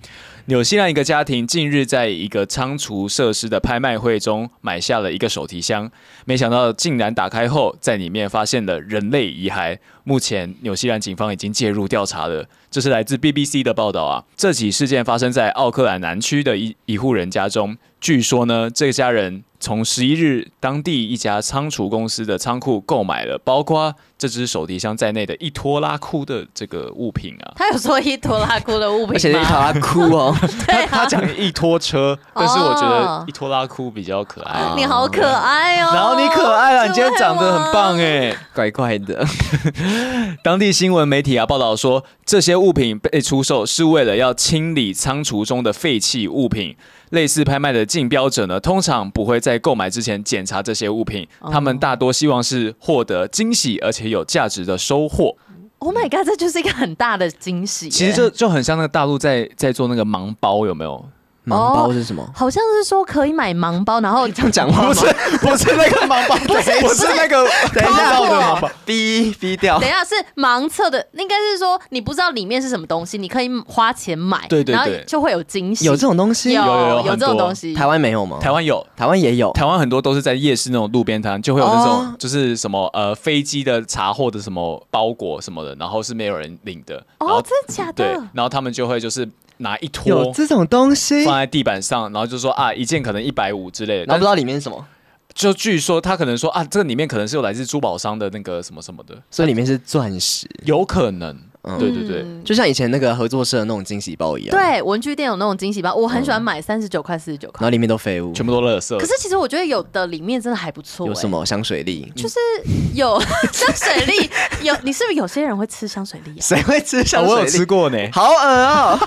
Speaker 3: 纽西兰一个家庭近日在一个仓储设施的拍卖会中买下了一个手提箱，没想到竟然打开后，在里面发现了人类遗骸。目前纽西兰警方已经介入调查了。这是来自 BBC 的报道啊。这起事件发生在奥克兰南区的一一户人家中，据说呢，这家人从十一日当地一家仓储公司的仓库购买了包括这只手提箱在内的一拖拉库的这个物品啊。
Speaker 1: 他有说一拖拉库的物
Speaker 2: 而且
Speaker 1: 品
Speaker 2: 你
Speaker 1: (laughs) 吗？
Speaker 2: 把它哭哦，
Speaker 1: 对
Speaker 3: 他
Speaker 1: 啊，
Speaker 3: 讲一拖车，但是我觉
Speaker 1: 哦
Speaker 3: 得一拖拉库比较可
Speaker 1: (laughs)
Speaker 3: 爱。
Speaker 1: 啊
Speaker 3: 啊
Speaker 1: 你好可爱哦。
Speaker 3: 然 (laughs) 后你可爱啊了，你今天长得很棒
Speaker 1: 哎。
Speaker 3: 哎、
Speaker 2: 怪怪的。
Speaker 3: (laughs) 当地新闻媒体啊报道说，这些物品被出售是为了要清理仓储中的废弃物品。类似拍卖的竞标者呢，通常不会在购买之前检查这些物品，
Speaker 1: 哦
Speaker 3: 他们大多希望是获得惊喜而且有价值的收获。
Speaker 1: Oh my god！这就是一个很大的惊喜耶。
Speaker 3: 其实就就很像那个大陆在在做那个盲包，有没有？
Speaker 2: (laughs) 盲包是什么？
Speaker 1: 好像是说可以买盲包，然后
Speaker 2: (laughs) 这样讲话吗？
Speaker 3: 不是那个
Speaker 2: (laughs)
Speaker 3: 盲包，不是不是那个
Speaker 2: 等一
Speaker 1: 看
Speaker 2: 下，
Speaker 1: 到的
Speaker 3: 盲包
Speaker 2: 哦 (laughs) 逼逼掉
Speaker 1: 等一。下是盲测的，应该是说你不知道里面是什么东西，你可以花钱买，
Speaker 3: 对对对
Speaker 1: 然后就会有惊喜。
Speaker 2: 有这种东西？
Speaker 1: 有
Speaker 3: 有有
Speaker 1: 有
Speaker 3: 很
Speaker 1: 这种
Speaker 3: 多
Speaker 1: 东西，
Speaker 2: 台湾没有吗？
Speaker 3: 台湾有，
Speaker 2: 台湾也有。
Speaker 3: 台湾很多都是在夜市那种路边摊，就会有那种
Speaker 2: 哦
Speaker 3: 就是什么呃飞机的查获的什么包裹什么的，然后是没有人领的，然后、
Speaker 1: 哦，真的假
Speaker 3: 对
Speaker 1: 的？，
Speaker 3: 然后他们就会就是拿一
Speaker 2: 有
Speaker 3: 坨
Speaker 2: 这种东西，
Speaker 3: 放
Speaker 2: 然
Speaker 3: 在地板上，然后就说啊一件可能一百五之类的，
Speaker 2: 后不
Speaker 3: 但
Speaker 2: 知道里面是什么，
Speaker 3: 就据说他可能说啊这里面可能是有来自珠宝商的那个什么什么的，
Speaker 2: 所以里面是钻石，
Speaker 3: 有可能，对对对。
Speaker 1: 嗯
Speaker 2: 就像以前那个合作社的那种惊喜包一样。，
Speaker 1: 对，文具店有那种惊喜包，我很
Speaker 2: 嗯
Speaker 1: 喜欢买三十九块、四十九
Speaker 2: 然
Speaker 1: 块。
Speaker 2: 后里面都废物。
Speaker 3: 全部都垃圾，
Speaker 1: 可是其实我觉得有的里面真的还不错、欸
Speaker 2: 有什？么香水粒？
Speaker 1: 就是有 (laughs) 香水粒，有你是不是有些人会吃香水粒啊？
Speaker 2: 谁会哦
Speaker 3: (laughs)
Speaker 2: 吃
Speaker 3: 啊
Speaker 2: 香
Speaker 3: 我有
Speaker 2: 水
Speaker 3: 吃
Speaker 2: 粒？
Speaker 3: 过呢，
Speaker 1: (laughs)
Speaker 2: 好恶 (laughs) 哦，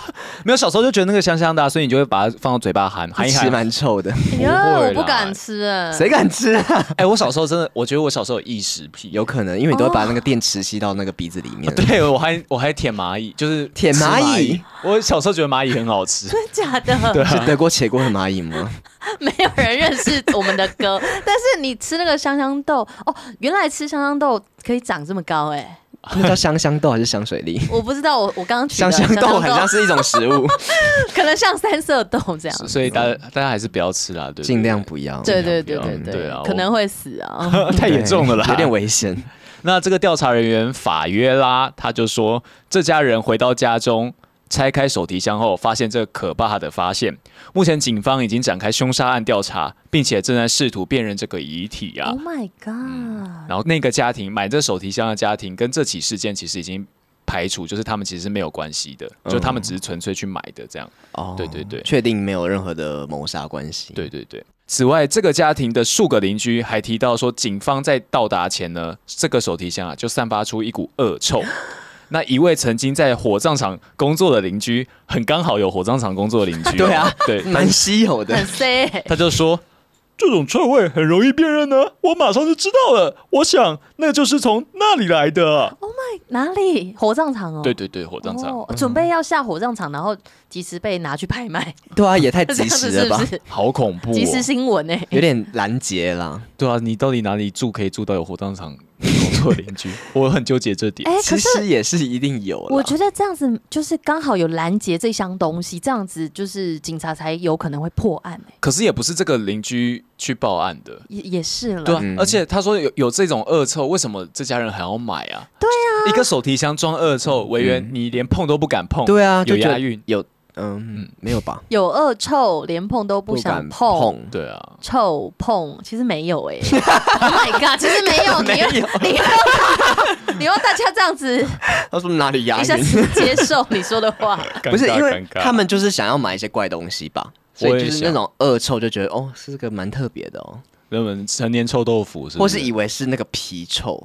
Speaker 3: 没有小时候就觉得那个香香的啊、所以你就会把它放到嘴巴含含一
Speaker 2: 吃
Speaker 3: 含。
Speaker 2: 蛮臭的，
Speaker 1: 哎
Speaker 3: 不会
Speaker 1: 呀，
Speaker 3: 啦
Speaker 1: 我不敢吃哎、
Speaker 2: 谁敢吃啊？
Speaker 3: 哎、我小时候真的，我觉得我小时候有异食癖，
Speaker 2: 有可能，因为你都会把那个电池吸到那个鼻子里
Speaker 3: (laughs)
Speaker 2: 面。
Speaker 3: 对，我还我还舔蚂蚁，就是
Speaker 2: 舔
Speaker 3: 吃
Speaker 2: 蚂
Speaker 3: 蚂
Speaker 2: 蚁 (laughs)
Speaker 3: 蚁。我小时候觉得蚂蚁很好吃，
Speaker 2: 啊
Speaker 1: 真的假的？
Speaker 2: 是得过且过的蚂蚁吗？
Speaker 1: (laughs) 没有人认识我们的歌， (laughs) 但是你吃那个香香豆哦，原来吃香香豆可以长这么高哎、
Speaker 2: (laughs) 那叫香香豆还是香水梨？
Speaker 1: 我不知道，我我刚刚 (laughs) 取的
Speaker 2: 香香豆很像是一种食物，
Speaker 1: (laughs) 可能像三色豆这样，
Speaker 3: 所以大家大家还是不要吃啦，对不对，
Speaker 2: (laughs) 尽量不要。
Speaker 1: 对对对
Speaker 3: 不
Speaker 1: 对
Speaker 3: 要对啊我
Speaker 1: 可能会死
Speaker 3: (laughs)
Speaker 1: 啊。
Speaker 3: 太严重了啦，
Speaker 2: 有点危险。
Speaker 3: 那这个调查人员法约拉他就说，这家人回到家中。拆开手提箱后，发现这可怕的发现。目前警方已经展开凶杀案调查，并且正在试图辨认这个遗体啊。嗯
Speaker 1: Oh
Speaker 2: 嗯
Speaker 1: my god！
Speaker 3: 然后那个家庭买这手提箱的家庭跟这起事件其实已经排除，就是他们其实是没有关系的，就他
Speaker 2: 嗯
Speaker 3: 们只是纯粹去买的这样。(laughs)
Speaker 2: 哦
Speaker 3: 对对对
Speaker 2: 确定没有任何的谋杀关系。，
Speaker 3: 对对对。此外，这个家庭的数个邻居还提到说，警方在到达前呢，这个手提箱啊就散发出一股恶臭。那一位曾经在火葬场工作的邻居，很刚好有火葬场工作的邻居哦、
Speaker 2: 对啊
Speaker 3: 对，
Speaker 1: 嗯
Speaker 2: 蛮稀有
Speaker 1: (laughs)
Speaker 2: 的
Speaker 1: 很。C，、欸、
Speaker 3: (laughs) 他就说。这种臭味很容易辨认呢、我马上就知道了。我想，那就是从那里来的啊、
Speaker 1: 哪里火葬场哦？
Speaker 3: 对对对，火葬场。嗯
Speaker 1: 哦，准备要下火葬场，然后及时被拿去拍卖，
Speaker 2: 对啊，也
Speaker 1: (laughs)
Speaker 2: 太
Speaker 1: 这
Speaker 2: 及
Speaker 1: 样子
Speaker 2: 时
Speaker 1: 是
Speaker 2: 了吧
Speaker 1: 不？是？
Speaker 3: 好恐怖、哦！
Speaker 1: 及时新闻哎、
Speaker 2: 有点拦截啦。
Speaker 3: 对啊，你到底哪里住可以住到有火葬场工作的邻居？ (laughs) 我很纠结这点。
Speaker 1: 哎、可
Speaker 2: 其
Speaker 1: 是
Speaker 2: 实也是一定有啦。
Speaker 1: 我觉得这样子就是刚好有拦截这箱东西，这样子就是警察才有可能会破案哎、
Speaker 3: 可是也不是这个邻居去报案的。
Speaker 1: 也也是了。
Speaker 3: 对啊，
Speaker 2: 嗯
Speaker 3: 而且他说有有这种恶臭，为什么这家人还要买啊？对啊，一个手提箱装恶臭，委员、你连碰都不敢碰。
Speaker 2: 嗯对啊，
Speaker 3: 有
Speaker 2: 就觉得
Speaker 3: 押韵。
Speaker 2: 有嗯没有吧？
Speaker 1: 有恶臭，连碰都不想
Speaker 2: 敢
Speaker 1: 碰。
Speaker 2: 碰，
Speaker 3: 对啊，
Speaker 1: 臭碰其实没有哎、o h my god，其实没
Speaker 2: (laughs)
Speaker 1: 有，哦你要你要你要大家这样子
Speaker 2: 他说哪里押
Speaker 1: 一下
Speaker 2: 韵？
Speaker 1: 子接受你说的话，
Speaker 2: 不是
Speaker 3: 尴尬
Speaker 2: 因为
Speaker 3: 尴尬
Speaker 2: 他们就是想要买一些怪东西吧，所
Speaker 3: 我
Speaker 2: 以
Speaker 3: 也
Speaker 2: 就是那种恶臭就觉得哦是个蛮特别的哦，
Speaker 3: 人们成年臭豆腐是
Speaker 2: 或
Speaker 3: 不是？
Speaker 2: 是以为是那个皮臭，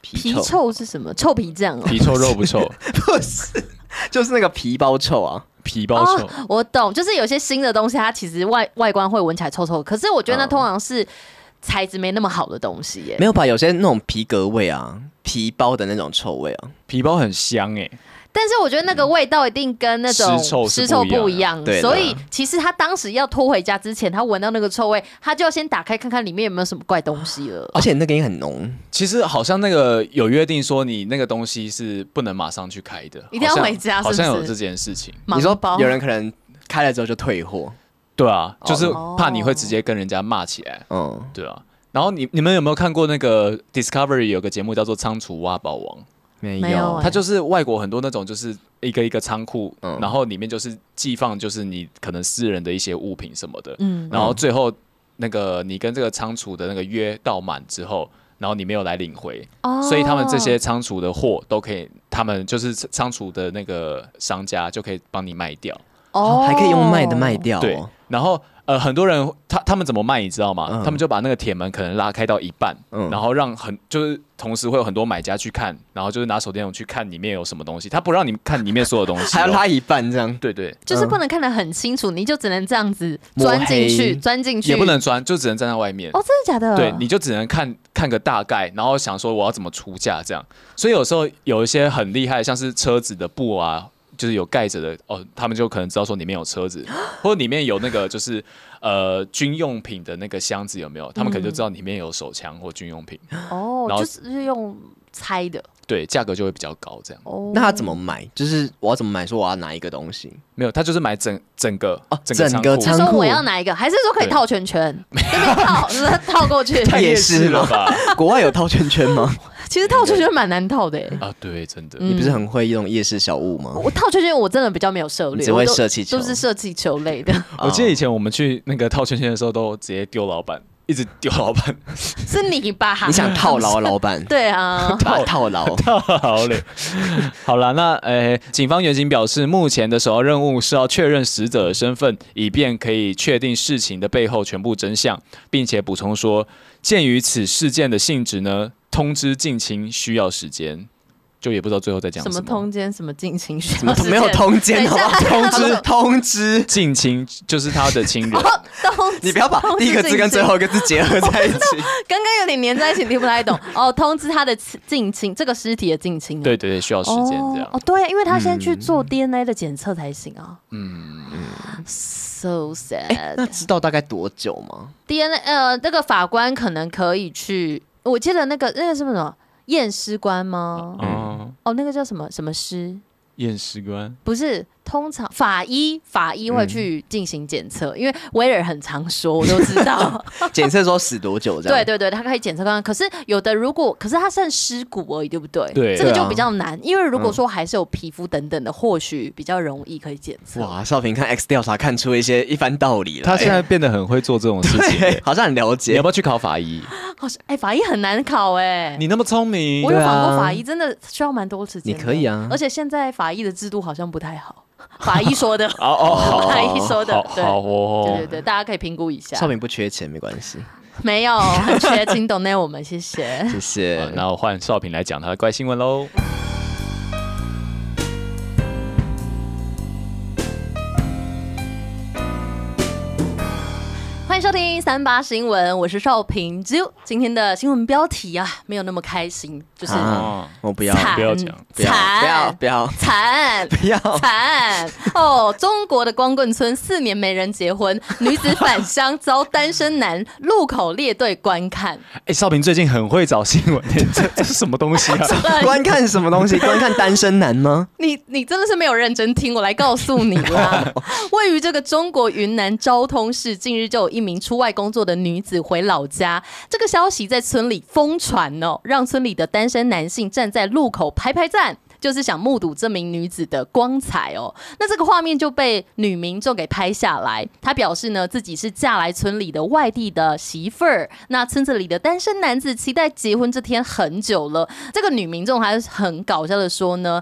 Speaker 1: 皮臭是什么？臭皮匠哦、
Speaker 3: 皮臭肉不臭，
Speaker 2: (laughs) 不是，就是那个皮包臭啊。
Speaker 3: 皮包臭。
Speaker 1: 哦，我懂，就是有些新的东西，它其实外外观会闻起来臭臭的，可是我觉得那
Speaker 2: 嗯
Speaker 1: 通常是材质没那么好的东西耶。
Speaker 2: 没有吧？有些那种皮革味啊，皮包的那种臭味啊，
Speaker 1: 哦
Speaker 3: 皮包很香哎、
Speaker 1: 但是我觉得那个味道一定跟那种
Speaker 3: 尸臭是
Speaker 1: 不
Speaker 3: 不
Speaker 1: 一
Speaker 3: 一
Speaker 1: 样，
Speaker 2: 对的
Speaker 1: 所以其实他当时要拖回家之前，他闻到那个臭味，他就要先打开看看里面有没有什么怪东西了。
Speaker 2: 而且那个也很浓，
Speaker 3: 其实好像那个有约定说，你那个东西是不能马上去开的，
Speaker 1: 一定要
Speaker 3: 好像
Speaker 1: 回家
Speaker 3: 好像
Speaker 1: 是不
Speaker 3: 有
Speaker 1: 是
Speaker 3: 这件事情。
Speaker 2: 你说
Speaker 1: 盲包
Speaker 2: 有人可能开了之后就退货，
Speaker 3: 对啊，
Speaker 2: 哦
Speaker 3: 就是怕你会直接跟人家骂起来。
Speaker 2: 嗯，
Speaker 3: 对啊，然后你你们有没有看过那个 Discovery 有个节目叫做《仓储挖宝王》？
Speaker 2: 没
Speaker 1: 没有欸
Speaker 3: 它就是外国很多那种就是一个一个仓库，
Speaker 2: 嗯
Speaker 3: 然后里面就是寄放就是你可能私人的一些物品什么的，
Speaker 1: 嗯，
Speaker 3: 然后最后那个你跟这个仓储的那个约到满之后。然后你没有来领回，
Speaker 1: 哦
Speaker 3: 所以他们这些仓储的货都可以，他们就是仓储的那个商家就可以帮你卖掉。
Speaker 1: 哦
Speaker 2: 还可以用卖的卖。掉、
Speaker 3: 对
Speaker 2: 哦，，
Speaker 3: 然后呃，很多人他他们怎么卖，你知道吗？
Speaker 2: 嗯
Speaker 3: 他们就把那个铁门可能拉开到一半，
Speaker 2: 嗯
Speaker 3: 然后让很就是同时会有很多买家去看，然后就是拿手电筒去看里面有什么东西，他不让你看里面所有
Speaker 2: (laughs)
Speaker 3: 东西、
Speaker 2: 还要
Speaker 3: 哦。
Speaker 2: 拉一半这样，
Speaker 3: 对对，
Speaker 1: 就是不能看得很清楚，你就只能这样子
Speaker 2: 嗯抹
Speaker 1: 钻进去，
Speaker 2: 黑
Speaker 1: 钻进去
Speaker 3: 也不能钻，就只能站在外面。
Speaker 1: 哦，真的假
Speaker 2: 嗯
Speaker 1: 的？
Speaker 3: 对，你就只能看看个大概，然后想说我要怎么出价这样。所以有时候有一些很厉害，像是车子的布啊，就是有盖着的哦，他们就可能知道说里面有车
Speaker 2: (gasps)
Speaker 3: 子，或者里面有那个就是呃军用品的那个箱子有没有？他们可能就知道里面有手枪或军用品，
Speaker 2: 嗯
Speaker 1: 哦，
Speaker 3: 然后
Speaker 1: 就是用猜的
Speaker 3: 对，价格就会比较高这样。
Speaker 1: 哦。
Speaker 2: 那他怎么买？就是我要怎么买？说我要拿一个
Speaker 1: (laughs)
Speaker 2: 东西，
Speaker 3: 没有，他就是买整整个
Speaker 2: 哦
Speaker 3: 整个
Speaker 2: 整个
Speaker 1: 就
Speaker 2: 仓
Speaker 3: 库
Speaker 2: 库
Speaker 1: 说我要哪一个，还是说可以
Speaker 3: 对
Speaker 1: 套圈圈？ (laughs) 这边套，就是套过去。
Speaker 2: (laughs) 太
Speaker 3: 夜
Speaker 2: 夜
Speaker 3: 市
Speaker 2: 市
Speaker 3: 了
Speaker 2: 了
Speaker 3: 吧？
Speaker 2: 国外有套圈圈吗？
Speaker 1: 其实套圈圈蛮难套的、欸。
Speaker 3: (laughs) 啊，对，真的。
Speaker 1: 嗯
Speaker 2: 你不是很会用夜市小物吗？
Speaker 1: 我套圈圈我真的比较没有涉猎，
Speaker 2: 你只会
Speaker 1: 我都
Speaker 2: 射气球
Speaker 1: 都是射气球类的，
Speaker 3: 我记得以前我们去那个套圈圈的时候，都直接丢老板，一直丢老板，
Speaker 1: (laughs) 是你吧？，
Speaker 2: 你想套牢老板
Speaker 1: 啊 (laughs) 对啊，
Speaker 2: 把他套牢，
Speaker 3: 好 (laughs) 嘞，好了，那呃，警方员警表示，目前的首要任务是要确认死者的身份，以便可以确定事情的背后全部真相，并且补充说，鉴于此事件的性质呢，通知近亲需要时间。就也不知道最后在讲
Speaker 1: 什么通奸，什么近亲
Speaker 2: (laughs)
Speaker 1: 什
Speaker 2: 怎么没有通
Speaker 1: 等
Speaker 2: 奸
Speaker 1: 一
Speaker 2: 好不
Speaker 1: 下
Speaker 2: 好？通知通知，
Speaker 3: (laughs) 近亲，就是他的 (laughs) 亲人。
Speaker 1: (laughs) 通
Speaker 2: (laughs) 你不要把第一个字跟最后一个字结合在一
Speaker 1: (laughs)
Speaker 2: 起。
Speaker 1: 刚刚有点粘在一起，听不太懂。哦，通知他的近亲，这个尸体的近亲啊。
Speaker 3: 对对对，需要时
Speaker 1: 哦，
Speaker 3: 间这样
Speaker 1: 哦，。对，因为他先去
Speaker 2: 嗯
Speaker 1: 做 DNA 的检测才行啊。
Speaker 3: 嗯，
Speaker 1: So
Speaker 2: (laughs) 那
Speaker 1: sad。
Speaker 2: 知道大概多久吗？
Speaker 1: DNA 呃，那个法官可能可以去，我记得那个那个是不是什么验尸官吗？
Speaker 3: 哦，
Speaker 1: 哦，那个叫什么什么师？
Speaker 3: 验尸官
Speaker 1: 不是，通常法医法医
Speaker 2: 嗯
Speaker 1: 会去进行检测，因为威尔很常说，我都知
Speaker 2: (laughs)
Speaker 1: 道。
Speaker 2: 检测说死多久这
Speaker 1: (laughs)
Speaker 2: 样？
Speaker 1: 对对对，他可以检测看看。可是有的如果，可是他剩尸骨而已，对不对？
Speaker 3: 对
Speaker 1: 这个
Speaker 2: 对
Speaker 1: 就
Speaker 2: 啊嗯
Speaker 1: 比较难，因为如果说还是有皮肤等等的，或许比较容易可以检测。
Speaker 2: 哇，少平看 X 调查看出一些一番道理了。
Speaker 3: 他现在变得很会做这种事情
Speaker 2: 对
Speaker 3: 耶。
Speaker 2: (laughs) 好像很
Speaker 3: (laughs)
Speaker 2: 了
Speaker 3: 你要
Speaker 2: 解
Speaker 3: 不。要去考法医？
Speaker 1: 好像哎，法医很难考哎、
Speaker 3: 你那么聪明
Speaker 1: 我，有
Speaker 2: 对啊
Speaker 1: 访过法医，真的需要蛮多时间的。
Speaker 2: 你可以啊
Speaker 1: 而且现在法医的制度好像不太好，法医说的，
Speaker 2: (laughs)
Speaker 3: 哦哦，
Speaker 1: (laughs)
Speaker 3: 好
Speaker 1: 法医说的
Speaker 3: 好，
Speaker 1: 对
Speaker 3: 好哦，
Speaker 1: 对对对，啊大家可以评估一下
Speaker 2: 少。平不缺钱，没关系，
Speaker 1: 没有，很缺，请懂内我们，谢谢。 (laughs)
Speaker 2: 谢
Speaker 3: 好
Speaker 2: 谢。
Speaker 3: 那我换少平来讲他的怪新闻喽。
Speaker 1: 欢迎收听三八新闻，我是少平。只有今天的新闻标题啊，没有那么开心，就是
Speaker 2: 啊
Speaker 3: 哦，
Speaker 2: 我不要，
Speaker 1: 惨
Speaker 3: 不要讲
Speaker 2: 不要，不要，
Speaker 1: 惨
Speaker 2: 不要，
Speaker 1: 惨
Speaker 2: (laughs) 不要。
Speaker 1: 惨哦！中国的光棍村四年没人结婚，女子返乡遭单身男路口列队观
Speaker 2: (laughs)
Speaker 1: 看，
Speaker 3: 哎，少平最近很会找新闻， (laughs) 这这是什么东西啊？
Speaker 2: 观看什么东西？观看单身男吗？
Speaker 1: 你你真的是没有认真听，我来告诉你啦。位于这个中国云南昭通市，近日就有一名出外工作的女子回老家，这个消息在村里疯传哦，让村里的单身男性站在路口排排站。就是想目睹这名女子的光彩哦，那这个画面就被女民众给拍下来。她表示呢，自己是嫁来村里的外地的媳妇儿，那村子里的单身男子期待结婚这天很久了。这个女民众还很搞笑的说呢，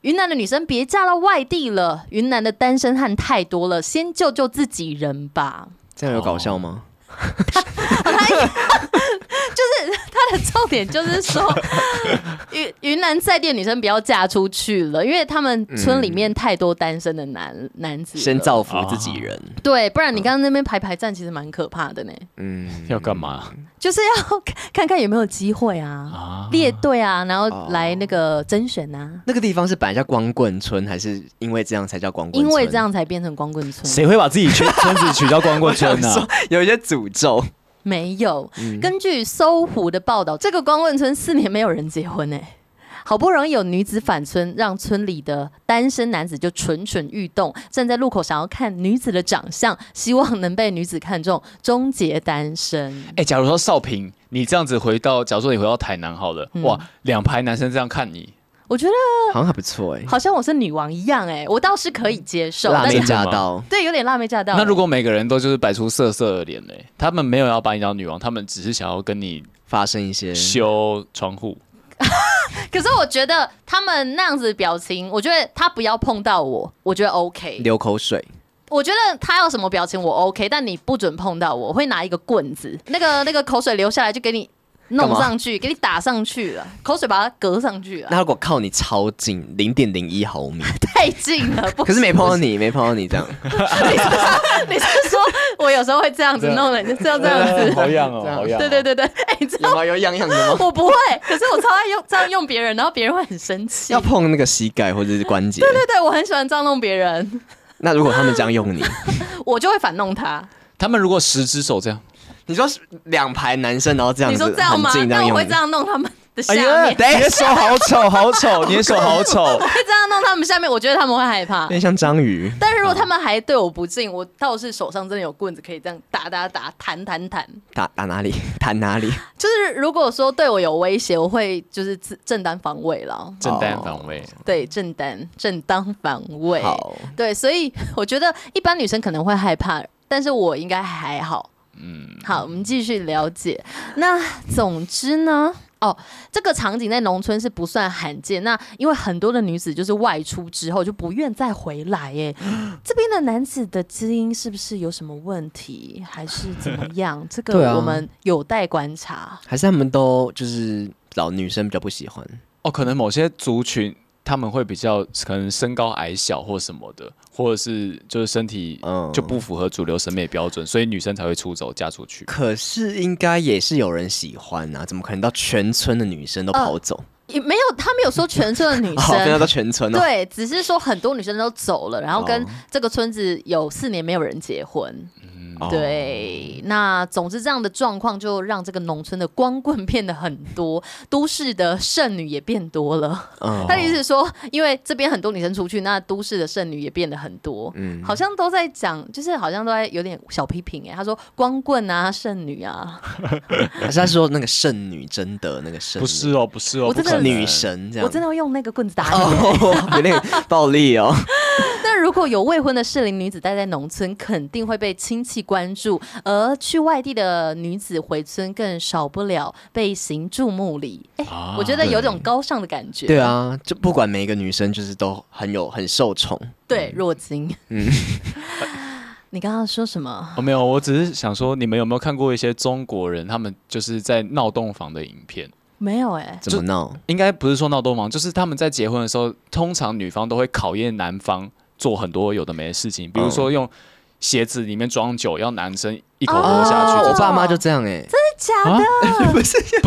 Speaker 1: 云南的女生别嫁到外地了，云南的单身汉太多了，先救救自己人吧。 (laughs)
Speaker 2: 这样有搞笑吗？
Speaker 1: 他的重点就是
Speaker 2: (laughs)
Speaker 1: 说，云云南在地的女生不要嫁出去了，因为他们村里面太多单身的男、男子了，
Speaker 2: 嗯先造福自己人。
Speaker 3: 啊
Speaker 1: 对，不然你刚刚那边排排站其实蛮可怕的呢，
Speaker 2: 嗯，
Speaker 3: 要干嘛
Speaker 1: 就是要看看有没有机会啊，
Speaker 3: 啊？
Speaker 1: 列队啊，然后
Speaker 2: 哦
Speaker 1: 来那个甄选啊，
Speaker 2: 那个地方是本来叫光棍村，还是因为这样才叫光棍村？
Speaker 1: 因为这样才变成光棍村。
Speaker 3: 谁会把自己圈村子取叫光棍村
Speaker 2: 我
Speaker 3: 呢
Speaker 2: 想？说有一些诅咒。
Speaker 1: 没有。
Speaker 3: 嗯
Speaker 1: 根据搜狐的报道，这个光棍村四年没有人结婚哎、好不容易有女子返村，让村里的单身男子就蠢蠢欲动，站在路口想要看女子的长相，希望能被女子看中，终结单身。
Speaker 3: 哎，假如说少平，你这样子回到，假如说你回到台南好了，哇，两排男生这样看你，
Speaker 1: 我觉得
Speaker 2: (laughs) 好像还不错哎、
Speaker 1: 好像我是女王一样哎、我倒是可以接受，
Speaker 2: 辣
Speaker 1: 但
Speaker 2: 妹
Speaker 1: 是
Speaker 3: 真的
Speaker 2: 驾
Speaker 3: 吗
Speaker 2: 到，
Speaker 1: 对有点辣妹驾到。
Speaker 3: 那如果每个人都就是摆出色色的脸嘞，他们没有要把你当女王，他们只是想要跟你
Speaker 2: 发生一些
Speaker 3: 修窗户。
Speaker 1: 可是我觉得他们那样子的表情，我觉得他不要碰到我，我觉得 OK。
Speaker 2: 流口水。
Speaker 1: 我觉得他要什么表情我 OK，但你不准碰到我，我会拿一个棍子，那个那个口水流下来就给你弄上去，给你打上去了，口水把它隔上去了， (laughs)
Speaker 2: 那如果靠你超近，零点零一毫 (laughs) 米，
Speaker 1: 太近
Speaker 2: (laughs)
Speaker 1: 了。不
Speaker 2: 可是没碰到你，没碰到你这样，
Speaker 1: 你是说我有时候会这样子弄人，就要这
Speaker 2: 呃
Speaker 1: 样子，
Speaker 3: 好痒哦
Speaker 2: 这样
Speaker 3: 好痒
Speaker 1: 对对对对，哎、你知道
Speaker 2: (laughs) 有吗？有痒痒的吗？
Speaker 1: 我不会，可是我超爱用这样用别人，然后别人会很生气。
Speaker 2: (laughs) 要碰那个膝盖或者是关节。
Speaker 1: 对对，我很喜欢这样弄别人，
Speaker 2: 那如果他们这样用你，
Speaker 1: 我就会反弄他。
Speaker 3: 他们如果十只手这样，
Speaker 2: (laughs) 你说是两排男生，然后这样
Speaker 1: 你
Speaker 2: 子
Speaker 1: 说
Speaker 2: 很
Speaker 1: 这样吗？
Speaker 2: 近这
Speaker 1: 那
Speaker 2: 样
Speaker 1: 我
Speaker 2: 用
Speaker 1: 会这
Speaker 2: 你，
Speaker 1: 样弄他们的下
Speaker 3: 哎
Speaker 1: 面，
Speaker 3: 呀，
Speaker 1: 会
Speaker 3: 你的手好丑，好丑，哦你的
Speaker 2: (laughs)
Speaker 3: 手好丑。
Speaker 1: 这样弄他们下面，我觉得他们会害怕
Speaker 2: 有。点像章鱼。
Speaker 1: 但是如果他们还对我不敬，我倒是手上真的有棍子可以这样打打打、弹弹弹。
Speaker 2: 打打哪里？ (laughs) 弹哪里？
Speaker 1: 就是如果说对我有威胁，我会就是自正当防卫了。
Speaker 3: 正当防卫，
Speaker 1: 对，正当正当防卫。
Speaker 2: 好，
Speaker 1: (laughs) 对，所以我觉得一般女生可能会害怕，但是我应该还好。嗯，好，我们继续了解。那总之呢，哦，这个场景在农村是不算罕见。那因为很多的女子就是外出之后就不愿再回来，耶，这边的男子的基因是不是有什么问题，还是怎么样？这
Speaker 2: (laughs) 对
Speaker 1: 个
Speaker 2: 啊
Speaker 1: 我们有待观察。
Speaker 2: 还是他们都就是老女生比较不喜欢？
Speaker 3: 哦，可能某些族群他们会比较可能身高矮小或什么的，或者是就是身体
Speaker 2: 嗯
Speaker 3: 就不符合主流审美标准，所以女生才会出走嫁出去。
Speaker 2: 可是应该也是有人喜欢啊，怎么可能到全村的女生都跑走？
Speaker 1: 也没有，他没有说全村的女
Speaker 2: (laughs) 好，跟要到
Speaker 1: 生。
Speaker 2: 全村哦。
Speaker 1: 对，只是说很多女生都走了，然后跟
Speaker 2: 哦
Speaker 1: 这个村子有四年没有人结婚，
Speaker 2: 哦，
Speaker 1: 对，那总之这样的状况就让这个农村的光棍变得很多， (laughs) 都市的剩女也变多了。
Speaker 2: 嗯
Speaker 1: 他的意思是说，因为这边很多女生出去，那都市的剩女也变得很多。
Speaker 2: 嗯
Speaker 1: 好像都在讲，就是好像都在有点小批评哎、他说光棍啊，剩女啊，
Speaker 2: 还是他说那个剩女真的那个剩女
Speaker 3: 不是哦，不是哦，
Speaker 1: 我真
Speaker 3: 不
Speaker 1: 的
Speaker 3: 可能
Speaker 2: 女神这样，
Speaker 1: 我真的会用那个棍子打你。
Speaker 2: (laughs) 哦，有点暴
Speaker 1: (laughs)
Speaker 2: 力哦。
Speaker 1: 那如果有未婚的适龄女子待在农村，肯定会被亲戚关注，而去外地的女子回村更少不了被行注目礼。哎、
Speaker 3: 啊
Speaker 1: 我觉得有种高尚的感觉。
Speaker 2: 对，啊，就不管每一个女生，就是都很有很受宠。
Speaker 1: 对，若金。嗯， (laughs) 你刚刚说什么？
Speaker 3: 哦，没有，我只是想说，你们有没有看过一些中国人，他们就是在闹洞房的影片？
Speaker 1: 没有哎、
Speaker 2: 怎么闹？
Speaker 3: 应该不是说闹洞房，就是他们在结婚的时候，通常女方都会考验男方做很多有的没的事情，比如
Speaker 2: 嗯
Speaker 3: 说用鞋子里面装酒，要男生一口喝下去。
Speaker 1: 哦
Speaker 2: 我
Speaker 3: 这种
Speaker 2: 爸妈就这样哎、
Speaker 1: 假
Speaker 3: 啊
Speaker 1: 的， (laughs)
Speaker 3: 不
Speaker 2: Oh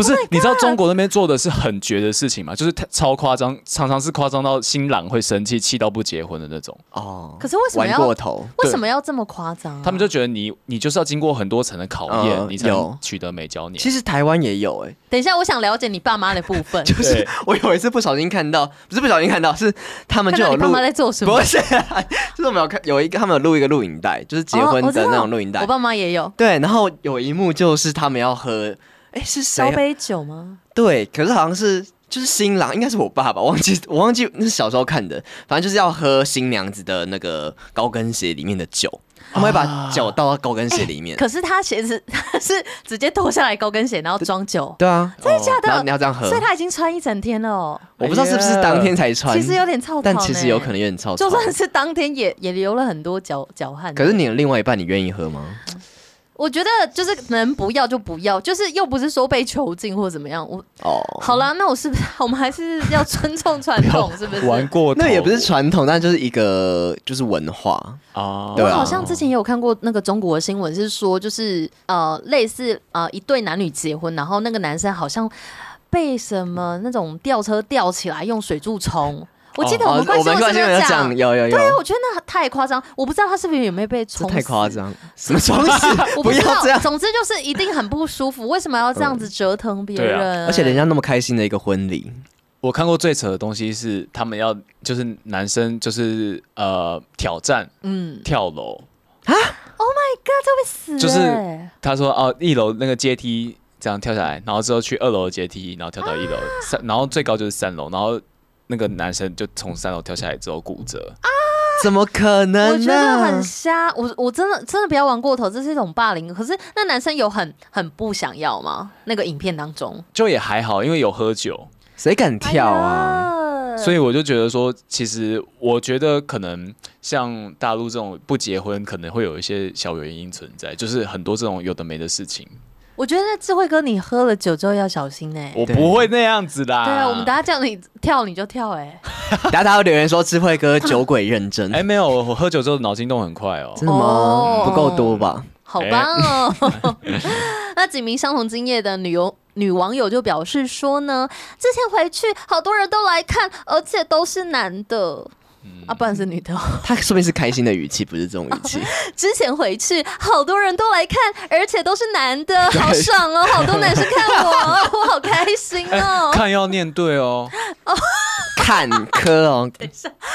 Speaker 3: 是，你知道中国那边做的是很绝的事情吗？就是太超夸张，常常是夸张到新郎会生气，气到不结婚的那种。
Speaker 2: (laughs) 哦，
Speaker 1: 可是为什么
Speaker 2: 玩
Speaker 1: 要
Speaker 2: 过头？
Speaker 1: 为什么要这么夸张啊、
Speaker 3: 他们就觉得你，你就是要经过很多层的考验，
Speaker 2: 嗯
Speaker 3: 你才
Speaker 2: 有
Speaker 3: 能取得美娇娘。
Speaker 2: 其实台湾也有哎、
Speaker 1: 等一下，我想了解你爸妈的部分，
Speaker 2: (laughs) 就
Speaker 3: 对
Speaker 2: 是我有一次不小心看到，不是不小心看到，是他们
Speaker 1: 看
Speaker 2: 就
Speaker 1: 到
Speaker 2: 有
Speaker 1: 你爸
Speaker 2: 录
Speaker 1: 妈，在做什么哦
Speaker 2: 不。是、 (laughs) 啊，就是我们有看有一个他们有录一个录影带，就是结婚
Speaker 1: 哦我知
Speaker 2: 的
Speaker 1: 道
Speaker 2: 那种录影带。
Speaker 1: 我爸妈也有
Speaker 2: 对，然后有一幕就是他们要喝，哎、是谁
Speaker 1: 烧
Speaker 2: 啊？
Speaker 1: 杯酒吗？
Speaker 2: 对，可是好像是就是新郎，应该是我爸爸，忘记我忘记那是小时候看的，反正就是要喝新娘子的那个高跟鞋里面的酒，他们会把酒倒到高跟鞋里面。
Speaker 1: 啊可是他鞋子 (laughs) 他是直接脱下来高跟鞋，然后装酒，
Speaker 2: 对啊，
Speaker 1: 真的假的
Speaker 2: 然后你要这样喝
Speaker 1: 所以，他已经穿一整天了哦。
Speaker 2: 我不知道是不是当天才穿，
Speaker 1: 其实有点操，
Speaker 2: 但其实有可能。有点超
Speaker 1: 就算是当天也也流了很多脚脚汗，
Speaker 2: 可是你的另外一半，你愿意喝吗？
Speaker 1: 我觉得就是能不要就不要，就是又不是说被囚禁或怎么样。我
Speaker 2: 哦，
Speaker 1: 好啦，那我是不 (laughs) 是我们还是要尊重传统，是不是？
Speaker 3: 玩过头，
Speaker 2: 那也不是传统，但就是一个就是文化。
Speaker 3: 啊
Speaker 2: 对
Speaker 1: 我
Speaker 2: 啊
Speaker 1: 好像之前也有看过那个中国的新闻，是说就是呃，类似呃一对男女结婚，然后那个男生好像被什么那种吊车吊起来，用水柱冲。我记得我
Speaker 2: 哦
Speaker 1: 们关
Speaker 2: 我
Speaker 1: 心
Speaker 2: 们
Speaker 1: 我
Speaker 2: 关
Speaker 1: 是
Speaker 2: 系
Speaker 1: 不
Speaker 2: 有
Speaker 1: 是
Speaker 2: 讲，有有有
Speaker 1: 对，啊，我觉得那太夸张，我不知道他是不是有没有被
Speaker 2: 这
Speaker 1: 冲，
Speaker 2: 太夸。 (laughs) 张，什么东西？
Speaker 1: 我
Speaker 2: 不
Speaker 1: 知道
Speaker 2: 要这样，
Speaker 1: 总之就是一定很不舒服。为什么要这样子折腾别
Speaker 3: 对
Speaker 1: 人？啊
Speaker 2: 而且人家那么开心的一个婚礼，
Speaker 3: 我看过最扯的东西是，他们要就是男生就是呃挑战
Speaker 1: 嗯
Speaker 3: 跳楼，
Speaker 1: 死欸，
Speaker 3: 就是他说哦一楼那个阶梯这样跳下来，然后之后去二楼的阶梯，然后跳到一楼三，然后最高就是三楼，然后那个男生就从三楼跳下来之后骨折，
Speaker 2: (laughs) 怎么可
Speaker 1: 我
Speaker 2: 能
Speaker 1: 觉
Speaker 2: 呢、
Speaker 1: 得很瞎。我我真的真的不要玩过头，这是一种霸凌。可是那男生有很很不想要吗？那个影片当中
Speaker 3: 就也还好，因为有喝酒，
Speaker 2: 谁敢跳啊？
Speaker 1: 哎呀
Speaker 3: 所以我就觉得说，其实我觉得可能像大陆这种不结婚，可能会有一些小原因存在，就是很多这种有的没的事情，
Speaker 1: 我觉得智慧哥，你喝了酒之后要小心哎、
Speaker 3: 我不会那样子啦。
Speaker 1: 对啊，我们等下叫你跳你就跳哎、
Speaker 2: 等下他有留言说智慧哥酒鬼认真，
Speaker 3: 哎、没有，我喝酒之后脑筋动很快哦。
Speaker 2: 真的吗
Speaker 1: 哦？
Speaker 2: 不够多吧？
Speaker 1: 好棒哦！ (laughs) 那几名相同经验的女友女网友就表示说呢，之前回去好多人都来看，而且都是男的。
Speaker 2: 嗯
Speaker 1: 啊，不然是女的哦。
Speaker 2: 他说明是开心的
Speaker 1: (laughs)
Speaker 2: 语气，不是这种语气。
Speaker 1: 之前回去，好多人都来看，而且都是男
Speaker 2: (laughs)
Speaker 1: 的，好爽哦！好多男生看我，哦我好开心
Speaker 2: (laughs)
Speaker 1: 哦！
Speaker 2: 哎
Speaker 3: 看要念对哦，
Speaker 2: 看科哦，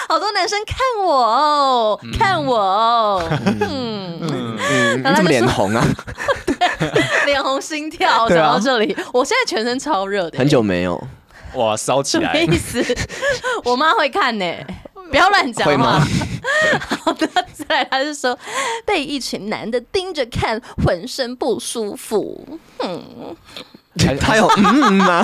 Speaker 1: 好多男生看我哦，看我哦，嗯，
Speaker 2: 嗯，你
Speaker 1: 本来
Speaker 2: 怎么
Speaker 1: 就
Speaker 2: 脸
Speaker 1: 说
Speaker 2: 红啊？
Speaker 1: 脸红心跳。讲
Speaker 2: 对啊
Speaker 1: 到这里，我现在全身超热的，
Speaker 2: 很久没有，
Speaker 3: 哇，烧起
Speaker 1: 什 (laughs) 么
Speaker 3: 来
Speaker 1: 意！思？
Speaker 2: (laughs)
Speaker 1: 我妈会看呢、不要乱讲
Speaker 2: 会
Speaker 1: 话
Speaker 2: 吗。
Speaker 1: (laughs) 好的，再来，她是说被一群男的盯着看，浑身不舒服。
Speaker 3: 还
Speaker 2: (laughs) 他有嗯嗯吗？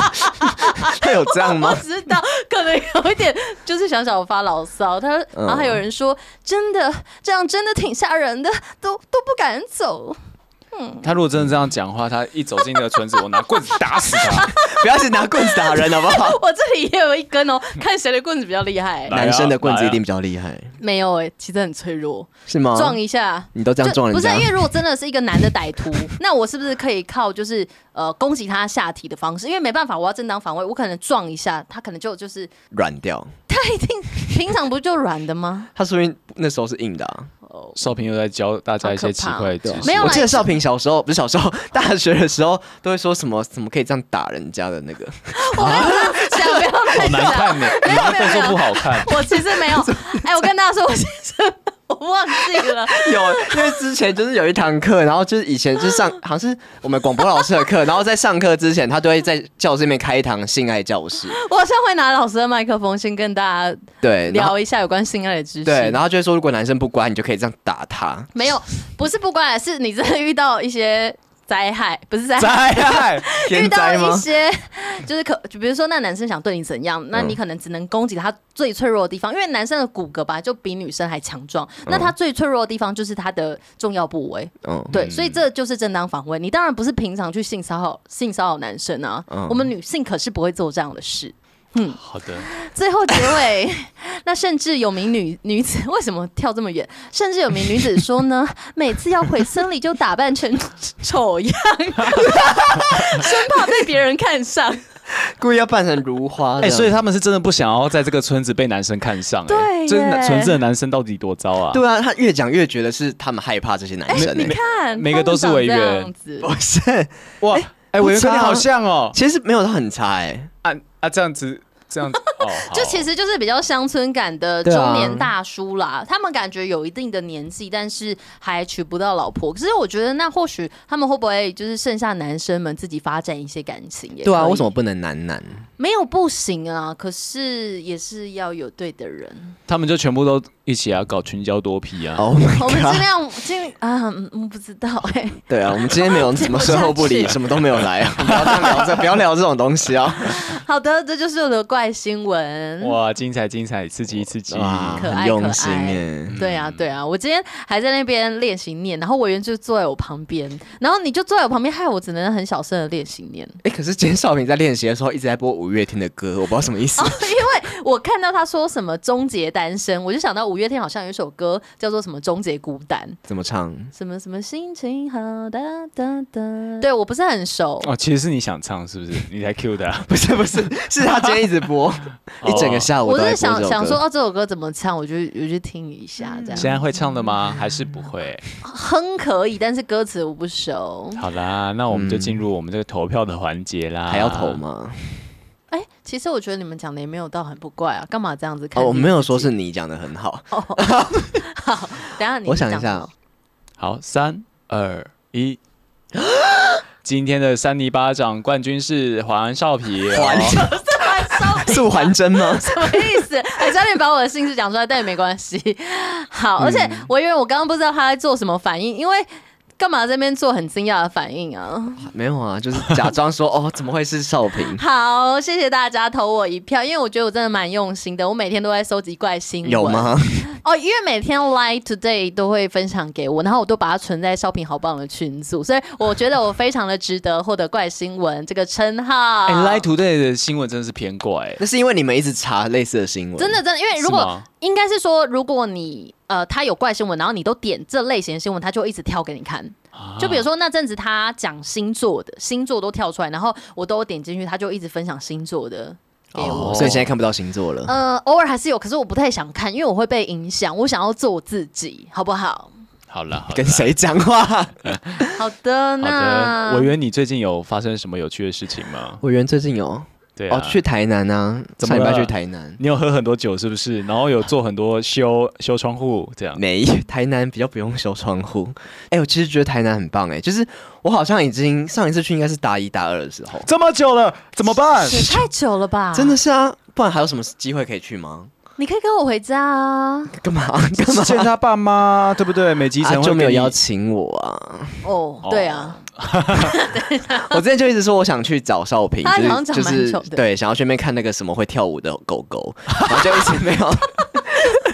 Speaker 2: (laughs) 他有这样
Speaker 1: 我
Speaker 2: 嗯吗？
Speaker 1: 知道，可能有一点就是想想我发牢骚。她说，
Speaker 2: 嗯
Speaker 1: 然后还有人说，真的这样真的挺吓人的，都都不敢走。
Speaker 3: 他如果真的这样讲话，他一走进那个村子，我拿棍子打死
Speaker 1: (laughs)
Speaker 3: 他。
Speaker 2: 不要是拿棍子打人好不好？
Speaker 1: 我这里也有一根哦，
Speaker 2: 嗯
Speaker 1: 看谁的棍子比较厉害。
Speaker 3: 来啊
Speaker 2: 男生的棍子一定比较厉害，
Speaker 1: 没有哎、其实很脆弱，
Speaker 2: 是吗？
Speaker 1: 撞一下。
Speaker 2: 你都这样
Speaker 1: 就
Speaker 2: 撞
Speaker 1: 不
Speaker 2: 人
Speaker 1: 是
Speaker 2: 家
Speaker 1: 因，为如果真的是一个男的歹
Speaker 2: (laughs)
Speaker 1: 徒，那我是不是可以靠就是呃攻击他下体的方式？因为没办法，我要正当防卫，我可能撞一下，他可能就就是
Speaker 2: 软掉。
Speaker 1: 他一定平常不就软的
Speaker 3: (laughs)
Speaker 1: 吗？
Speaker 2: 他说明那时候是硬的、啊，
Speaker 3: 少平又在教大家一些奇怪的知
Speaker 1: 好可怕哦
Speaker 3: 识，
Speaker 1: 没有啦
Speaker 2: 我记得少平小时候不是小时候，大学的时候都会说什么怎么可以这样打人家的那个， (laughs)
Speaker 1: 我没有这样子讲，不要
Speaker 3: 好难看呢，你拿分说不好看。
Speaker 1: (laughs) 我其实没有，哎、我跟大家说，我其实我忘记了，
Speaker 2: 有，因为之前就是有一堂课，然后就是以前就是上好像是我们广播老师的课，然后在上课之前，他都会在教室里面开一堂性爱教室，
Speaker 1: 我好像会拿老师的麦克风先跟大家
Speaker 2: 对，然后
Speaker 1: 聊一下有关性爱的知识。
Speaker 2: 对，然后就会说如果男生不乖，你就可以这样打他，
Speaker 1: 没有，不是不乖，是你真的遇到一些灾害，不是灾害。
Speaker 3: 灾害，
Speaker 1: 遇
Speaker 2: 天
Speaker 1: 到
Speaker 2: 灾
Speaker 1: 一
Speaker 2: 吗？
Speaker 1: 些就是可，就比如说那男生想对你怎样，那
Speaker 2: 嗯
Speaker 1: 你可能只能攻击他最脆弱的地方，因为男生的骨骼吧就比女生还强壮，那他最脆弱的地方就是他的重要部位。
Speaker 2: 嗯，
Speaker 1: 对，所以这就是正当防卫。你当然不是平常去性骚扰性骚扰男生啊，
Speaker 2: 嗯
Speaker 1: 我们女性可是不会做这样的事。
Speaker 3: 好的，
Speaker 1: 最后结尾， (laughs) 那甚至有名女女子为什么跳这么远？甚至有名女子说呢，每次要回森林就打扮成丑样， (laughs) 生怕被别人看上。
Speaker 2: 故意要扮成如花这
Speaker 3: 哎，
Speaker 2: 样，
Speaker 3: 所以他们是真的不想要在这个村子被男生看上，哎，
Speaker 1: 对
Speaker 3: 这
Speaker 1: 耶
Speaker 3: 纯正的男生到底多糟啊？
Speaker 2: 对啊，他越讲越觉得是他们害怕这些男生、欸，
Speaker 1: 看，
Speaker 3: 每个都是违约
Speaker 1: 他们长这样子
Speaker 2: 不是，
Speaker 3: 哇，哎，我
Speaker 2: 不
Speaker 3: 跟你
Speaker 2: 差啊
Speaker 3: 好像哦，
Speaker 2: (laughs) 其实没有他很差哎、
Speaker 3: 啊啊，这样子，这样子，哦，好
Speaker 1: 就其实就是比较乡村感的
Speaker 2: 对啊
Speaker 1: 中年大叔啦，他们感觉有一定的年纪，但是还娶不到老婆。可是我觉得，那或许他们会不会就是剩下男生们自己发展一些感情？
Speaker 2: 对啊，为什
Speaker 1: 么
Speaker 2: 么不能男男？
Speaker 1: 没有不行啊？可是也是要有对的
Speaker 2: (laughs)
Speaker 1: 人。
Speaker 3: 他们就全部都一起啊，搞群交多批啊。
Speaker 2: Oh my
Speaker 1: 我 (laughs) 们
Speaker 2: god！
Speaker 1: 尽量尽啊，嗯我不知道哎、
Speaker 2: 对啊，我们今天没有什么售后不
Speaker 1: (laughs)
Speaker 2: 理，什么都没有来啊！不要这样聊这，不要聊这种东西啊！
Speaker 1: 好的，这就是我的怪新闻。
Speaker 3: 哇，精彩精彩，刺激刺激！
Speaker 2: 哇，
Speaker 1: 可爱
Speaker 2: 很用心
Speaker 1: 可爱
Speaker 2: 耶。
Speaker 1: 对啊，对啊，我今天还在那边练习念，然后委员就坐在我旁边，然后你就坐在我旁边，害我只能很小声的练习念。
Speaker 2: 哎，可是今天少平在练习的时候一直在播五月天的歌，我不知道什么意思。
Speaker 1: (laughs) 哦我看到他说什么终结单身，我就想到五月天好像有一首歌叫做什么终结孤单，
Speaker 2: 怎么唱？
Speaker 1: 什么什么心情好哒哒哒。对我不是很熟，
Speaker 3: 哦，其实是你想唱是不是？你才 Q 的啊、
Speaker 2: 不是不是，是他今天一直播，一整个下午
Speaker 1: 哦我
Speaker 2: 都在
Speaker 1: 是
Speaker 2: 播这首
Speaker 1: 想
Speaker 2: 歌。
Speaker 1: 想说哦这首歌嗯怎么唱，我就我就听一下这
Speaker 3: 现
Speaker 1: 样。
Speaker 3: 在会唱的吗？还是不会？
Speaker 1: 哼可以，但是歌词我不熟。
Speaker 3: 好啦，那我们就进入我们这个投票的环节啦。
Speaker 2: 还要投？吗？
Speaker 1: 哎、其实我觉得你们讲的也没有到很不怪啊，干嘛这样子看？
Speaker 2: 哦，我没有说是。你讲的很好，
Speaker 1: 等一哦下你
Speaker 2: 我想
Speaker 1: 讲
Speaker 2: 一下
Speaker 1: 什么，
Speaker 3: 好，三二
Speaker 2: (gasps)
Speaker 3: 一。今天的三尼巴掌冠军是黄少皮，
Speaker 2: 还
Speaker 3: 哦
Speaker 2: 素还
Speaker 1: (laughs)
Speaker 2: 真吗？
Speaker 1: 什么意
Speaker 2: (laughs)
Speaker 1: 思？哎、差点把我的姓氏讲出来，但也没关系。好，
Speaker 2: 嗯
Speaker 1: 而且我以为我刚刚不知道他在做什么反应，因为干嘛这边做很惊讶的反应啊？
Speaker 2: 没有啊，就是假装说哦，怎么会是少平？
Speaker 1: 好，谢谢大家投我一票，因为我觉得我真的蛮用心的，我每天都在收集怪新闻。
Speaker 2: 有？吗？
Speaker 1: 哦，因为每天 Lie Today 都会分享给我，然后我都把它存在烧品好棒的群组，所以我觉得我非常的值得获得怪新闻这个称号。
Speaker 3: 哎，Lie Today 的新闻真的是偏怪、
Speaker 2: 那是因为你们一直查类似的新闻，
Speaker 1: 真的真的，因为如
Speaker 3: 是
Speaker 1: 果
Speaker 3: 吗
Speaker 1: 应该是说，如果你呃他有怪新闻，然后你都点这类型的新闻，他就会一直跳给你看。就比如说那阵子他讲星座的，星座都跳出来，然后我都有点进去，他就一直分享星座的给我。
Speaker 2: 哦，所以现在看不到星座了。
Speaker 1: 呃，偶尔还是有，可是我不太想看，因为我会被影响。我想要做我自己，好不好？
Speaker 3: 好了，好啦
Speaker 2: 跟谁讲话？
Speaker 1: 好的，
Speaker 3: 好
Speaker 2: 啊
Speaker 1: 那
Speaker 3: 的，委员，你最近有发生什么有趣的事情吗？
Speaker 2: 委员最近有、
Speaker 3: 对啊，
Speaker 2: 哦去台南啊，
Speaker 3: 怎
Speaker 2: 上
Speaker 3: 么
Speaker 2: 礼
Speaker 3: 了
Speaker 2: 拜去台南，
Speaker 3: 你有喝很多酒是不是？然后有做很多
Speaker 2: (laughs)
Speaker 3: 修修窗户这样。
Speaker 2: 没台南比较不用修窗户。 (laughs) 哎、我其实觉得台南很棒哎、就是我好像已经上一次去应该是大一大二的时候，
Speaker 3: 这么久了，怎么办？
Speaker 1: 也太久了吧？
Speaker 2: 真的，是啊，不然还有什么机会可以去吗？
Speaker 1: 你可以跟我回家啊。(laughs)
Speaker 2: 干嘛干嘛？
Speaker 3: 见他爸妈，对不对？美吉
Speaker 2: 啊
Speaker 3: 城、
Speaker 2: 就没有邀。请我啊！ (laughs)
Speaker 1: 哦，对啊，
Speaker 2: 我之前就一直说我想去找少
Speaker 1: (laughs)
Speaker 2: 平，
Speaker 1: 他啊好像
Speaker 2: 就是就
Speaker 1: 长蛮
Speaker 2: 是
Speaker 1: 丑的
Speaker 2: 对，想要去那边看那个什么会跳舞的狗
Speaker 1: (laughs)
Speaker 2: 狗，然
Speaker 3: 哦
Speaker 2: 后就一直没有。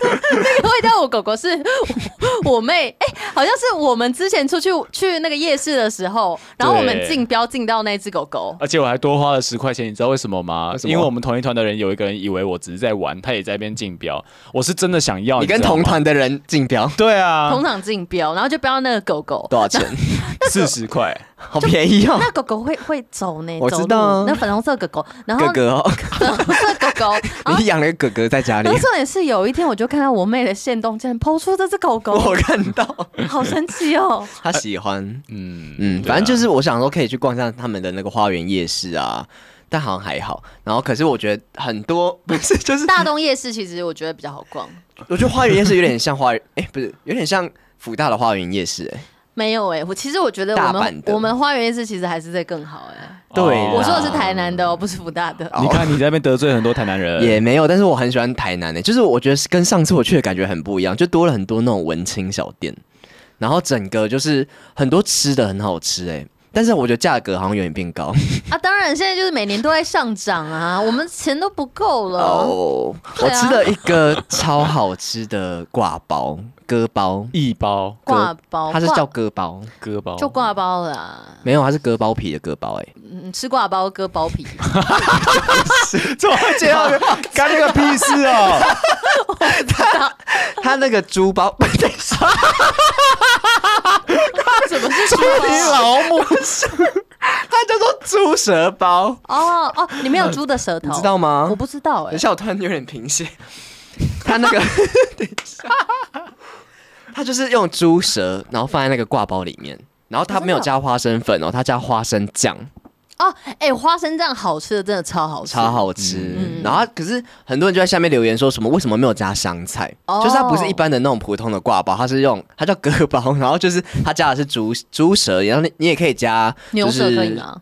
Speaker 1: 会叫我狗狗是我妹，哎、好像是我们之前出去去那个夜市的时候，然后我们竞标竞到那只狗狗，
Speaker 3: (laughs) 而且我还多花了十块钱，你知道为什么吗？
Speaker 2: 什么
Speaker 3: 因为我们同一团的人有一个人以为我只是在玩，他也在那边竞标，我是真的想要。
Speaker 2: 你
Speaker 3: 你
Speaker 2: 跟
Speaker 3: 知道吗
Speaker 2: 同团的人竞标
Speaker 3: 对啊
Speaker 1: 同，场竞标，然后就标那个狗狗，
Speaker 2: 多
Speaker 1: (laughs)
Speaker 2: 少钱？
Speaker 3: (laughs) 四十块，
Speaker 2: 好便宜哦，
Speaker 1: 那狗狗会会走呢，
Speaker 2: 我
Speaker 1: 走
Speaker 2: 知道啊
Speaker 1: 路那粉红色狗狗，然后
Speaker 2: 哥哥哦，
Speaker 1: 粉红色狗狗，然后
Speaker 2: (laughs) 你养了个哥哥在家
Speaker 1: (laughs)
Speaker 2: 里
Speaker 1: 然后，重点是有一天我就看到我妹的线动，竟然抛出这只狗狗，
Speaker 2: (laughs) 我看到
Speaker 1: 好神奇
Speaker 2: (laughs)
Speaker 1: 哦！
Speaker 2: 他喜欢，
Speaker 3: 嗯
Speaker 2: 嗯，反正就是我想说可以去逛一下他们的那个花园夜市啊，但好像还好。然后可是我觉得很多不是就是，
Speaker 1: 大东夜市其实我觉得比较好逛，
Speaker 2: 我觉得花园夜市有点像花园，哎、不是，有点像福大的花园夜市、哎，
Speaker 1: 没有哎、我其实我觉得
Speaker 2: 大
Speaker 1: 我
Speaker 2: 阪
Speaker 1: 们
Speaker 2: 的
Speaker 1: 我们花园夜市其实还是在更好哎、
Speaker 2: 对
Speaker 3: 哦
Speaker 1: 我说的是台南的哦，不是福大的。
Speaker 3: 你看你在那边得罪很多台南人，
Speaker 2: 也没有，但是我很喜欢台南的、就是我觉得是跟上次我去的感觉很不一样，就多了很多那种文青小店，然后整个就是很多吃的很好吃、哎。但是我觉得价格好像有点变高
Speaker 1: 啊，当然，现在就是每年都在上涨啊，我们钱都不够了。
Speaker 2: 哦。我
Speaker 1: 对啊
Speaker 2: 吃了一个超好吃的挂包割包，
Speaker 3: 一包
Speaker 1: 挂包，
Speaker 2: 它是
Speaker 1: 挂
Speaker 2: 叫哦割包，
Speaker 3: 割包
Speaker 1: 就挂包啦，
Speaker 2: 没有，它是割包皮的割包、哎，
Speaker 1: 嗯，吃挂包割包
Speaker 2: (laughs)
Speaker 1: 皮，
Speaker 3: 怎么会这样？干那个屁事哦！
Speaker 2: (laughs) 它那个猪包， (laughs)
Speaker 1: 什么是
Speaker 2: 猪皮老母，它叫做猪舌包，
Speaker 1: (laughs) 哦哦，里面有猪的舌头，
Speaker 2: 你知道吗
Speaker 1: 我不知道
Speaker 2: 等
Speaker 1: 哎、
Speaker 2: 一下，我突然有点
Speaker 1: (laughs)
Speaker 2: 贫血。它那个， (laughs) 等一下，它就是用猪舌，然后放在那个挂包里面，然后它没有加花生粉哦，它加花生酱，
Speaker 1: 哦，哎、花生酱好吃的真的超好吃，
Speaker 2: 超好
Speaker 1: 嗯
Speaker 2: 吃。然后它可是很多人就在下面留言说什么为什么没有加香菜？
Speaker 1: 哦
Speaker 2: 就是它不是一般的那种普通的挂包，它是用它叫割包，然后就是它加的是猪猪舌，然后你你也可以加
Speaker 1: 牛
Speaker 2: 就
Speaker 1: 舌可以
Speaker 2: 是
Speaker 1: 吗？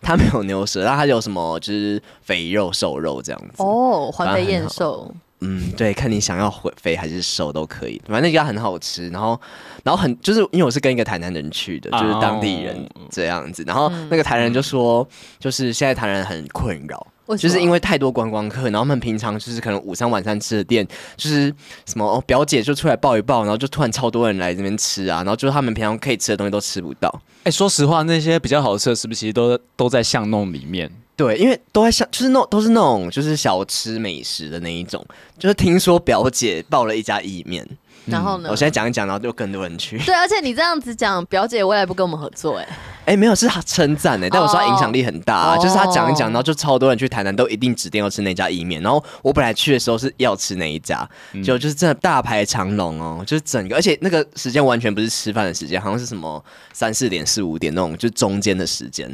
Speaker 2: 它没有牛舌，但它有什么就是肥肉瘦肉这样子。
Speaker 1: 哦，环肥燕瘦，
Speaker 2: 嗯，对，看你想要回肥还是瘦都可以，反正那家很好吃。然后，然后很就是因为我是跟一个台南人去的，就是当地人这样子。然后
Speaker 1: 嗯
Speaker 2: 那个台南人就说，就是现在台南人很困扰。
Speaker 1: 为什
Speaker 2: 就
Speaker 1: 么
Speaker 2: 是因为太多观光客，然后他们平常就是可能午餐晚餐吃的店，就是什么、哦、表姐就出来抱一抱，然后就突然超多人来这边吃啊，然后就是他们平常可以吃的东西都吃不到。
Speaker 3: 哎，说实话，那些比较好吃的，是不是其实都都在巷弄里面？
Speaker 2: 对，因为都在像，就是那种都是那种就是小吃美食的那一种，就是听说表姐爆了一家意面，
Speaker 1: 然后呢？
Speaker 2: 我现在讲一讲，然后嗯就更多人去。 (laughs)
Speaker 1: 对，而且你这样子讲，表姐未来不跟我们合作哎、
Speaker 2: 哎、没有，是他称赞欸呢，但我说他影响力很大、啊
Speaker 1: 哦
Speaker 2: 就是他讲一讲，然后就超多人去台南都一定指定要吃那家意面，然后我本来去的时候是要吃那一家，结果就是真的大排长龙哦，就是整个，而且那个时间完全不是吃饭的时间，好像是什么三四点、四五点那种，就中间的时间，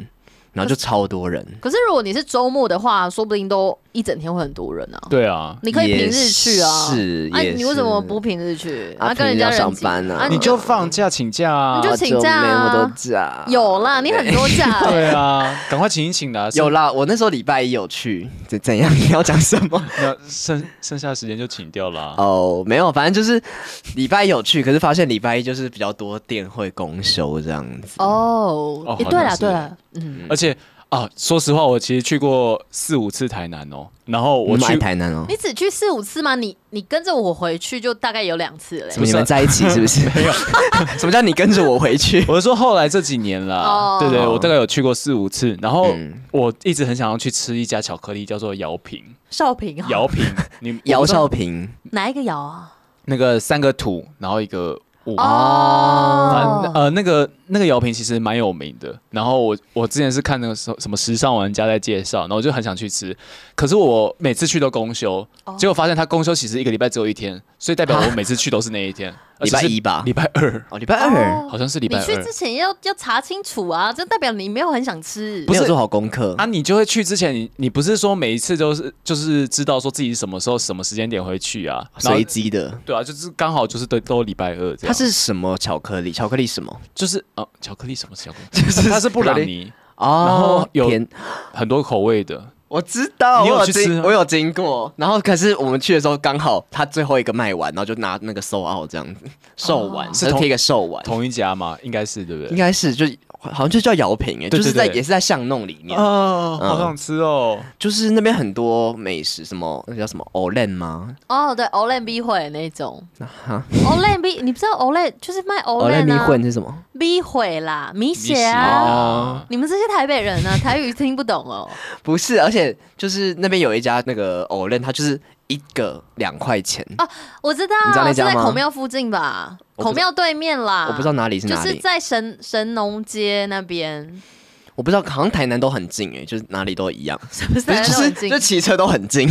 Speaker 2: 然后就超多人。
Speaker 1: 可是如果你是周末的话，说不定都一整天会很多人啊。
Speaker 3: 对啊，
Speaker 1: 你可以平日去啊，
Speaker 2: 也是
Speaker 1: 哎、
Speaker 2: 也
Speaker 1: 你为什么
Speaker 2: 是
Speaker 1: 不平日去？
Speaker 2: 啊
Speaker 1: 跟人家
Speaker 2: 平日要
Speaker 1: 人
Speaker 2: 上班
Speaker 1: 挤
Speaker 2: 啊
Speaker 1: 啊
Speaker 3: 你就放假请假啊
Speaker 1: 你。就请假啊
Speaker 2: 啊就没那么多假，
Speaker 1: 有啦，你很多假、欸。
Speaker 3: (laughs) 对啊，赶快请一请啦。
Speaker 2: 有啦，我那时候礼拜一有去，怎怎样？你要讲什么？
Speaker 3: 那剩剩下的时间就请掉啦。
Speaker 2: 哦，没有，反正就是礼拜一有去，可是发现礼拜一就是比较多店会公休这样子。
Speaker 1: 哦
Speaker 3: 哦，
Speaker 1: 也
Speaker 3: 好
Speaker 1: 对
Speaker 3: 像
Speaker 1: 了，
Speaker 3: 是
Speaker 1: 对了，嗯，
Speaker 3: 而且啊，说实话，我其实去过四五次台南哦。然后
Speaker 2: 我
Speaker 3: 我
Speaker 2: 去
Speaker 3: 去，
Speaker 2: 台南哦，
Speaker 1: 你只去四五次吗？你你跟着我回去就大概有两次嘞
Speaker 2: 怎。么你们在一起是不是？没有， (laughs) 什么叫你跟着 (laughs) 我回去？
Speaker 3: 我是说后来这几年啦
Speaker 1: 哦，
Speaker 3: 对对，我大概有去过四五次。然后
Speaker 2: 嗯
Speaker 3: 我一直很想要去吃一家巧克力，叫做姚平。
Speaker 1: 少平啊，
Speaker 3: 姚平，你
Speaker 2: 姚少
Speaker 3: 少
Speaker 2: 平
Speaker 1: 哪一个姚啊？
Speaker 3: 那个三个土，然后一个五。反正
Speaker 1: 哦，
Speaker 3: 呃，那个那个姚平其实蛮有名的，然后我我之前是看那个什么什么时尚玩家在介绍，然后我就很想去吃，可是我每次去都公休，结果发现他公休其实一个礼拜只有一天，所以代表我每次去都是那一天，而
Speaker 2: 礼
Speaker 3: 且
Speaker 2: 拜
Speaker 3: 是
Speaker 2: 一吧？
Speaker 3: 礼拜二，
Speaker 2: 哦，礼拜二
Speaker 1: 哦
Speaker 3: 好像是礼拜
Speaker 1: 你去
Speaker 3: 二
Speaker 1: 之前要要查清楚啊，这代表你没有很想吃。
Speaker 2: 没有做好功课
Speaker 3: 啊，你就会去之前，你你不是说每一次都是就是知道说自己什么时候什么时间点会去啊，然后
Speaker 2: 随机的。
Speaker 3: 对啊，就是刚好就是都都礼拜二这
Speaker 2: 它
Speaker 3: 样，
Speaker 2: 是什么巧克力？巧克力什么？
Speaker 3: 就是呃巧克力什么是巧克力，
Speaker 2: (laughs) 就是
Speaker 3: 它是布
Speaker 2: 巧克
Speaker 3: 朗
Speaker 2: 力
Speaker 3: 尼，
Speaker 2: 哦
Speaker 3: 后，有
Speaker 2: 甜
Speaker 3: 很多口味的。
Speaker 2: 我知道，
Speaker 3: 你有
Speaker 2: 我
Speaker 3: 去
Speaker 2: 经
Speaker 3: 吃啊
Speaker 2: 我有经过，然后可是我们去的时候刚好他最后一个卖完，然后就拿哦那个售 out 这样子，售完
Speaker 3: 是
Speaker 2: 他就
Speaker 3: 同
Speaker 2: 贴一个售完，
Speaker 3: 同一家嘛，应该是对不对？
Speaker 2: 应该是就好像就叫瑶平哎，
Speaker 3: 对
Speaker 2: 就是在
Speaker 3: 对对
Speaker 2: 也是在巷弄里面，
Speaker 3: 啊，
Speaker 2: 嗯
Speaker 3: 好想吃哦！
Speaker 2: 就是那边很多美食，什么那叫什么 Olen 吗？
Speaker 1: 哦，对，Olen B 会那种
Speaker 2: 哈
Speaker 1: ，Olen B，你不知道 Olen 就是卖
Speaker 2: ，Olen
Speaker 1: Olen
Speaker 2: 迷
Speaker 1: 啊
Speaker 2: 混是什么？
Speaker 1: ，B 会啦，米
Speaker 3: 你
Speaker 1: 血啊。
Speaker 2: 哦
Speaker 1: 你们这些台北人呢、啊，台语听不懂哦。
Speaker 2: 不是，而且就是那边有一家那个 Olen，它就是一个两块钱，
Speaker 1: 啊我知道
Speaker 2: 你知道，那
Speaker 1: 是
Speaker 2: 家吗
Speaker 1: 在孔庙附近吧？
Speaker 2: 我不知
Speaker 1: 孔庙对面啦。
Speaker 2: 我不知道哪里是
Speaker 1: 就
Speaker 2: 哪
Speaker 1: 是
Speaker 2: 里，
Speaker 1: 在神神农街那边，
Speaker 2: 我不知道，好像台南都很近哎，就是哪里都一样，
Speaker 1: 是不是
Speaker 2: 不
Speaker 1: 在
Speaker 2: 是
Speaker 1: 那
Speaker 2: (laughs) 就
Speaker 1: 种
Speaker 2: 是
Speaker 1: 近？
Speaker 2: 就骑车都很近，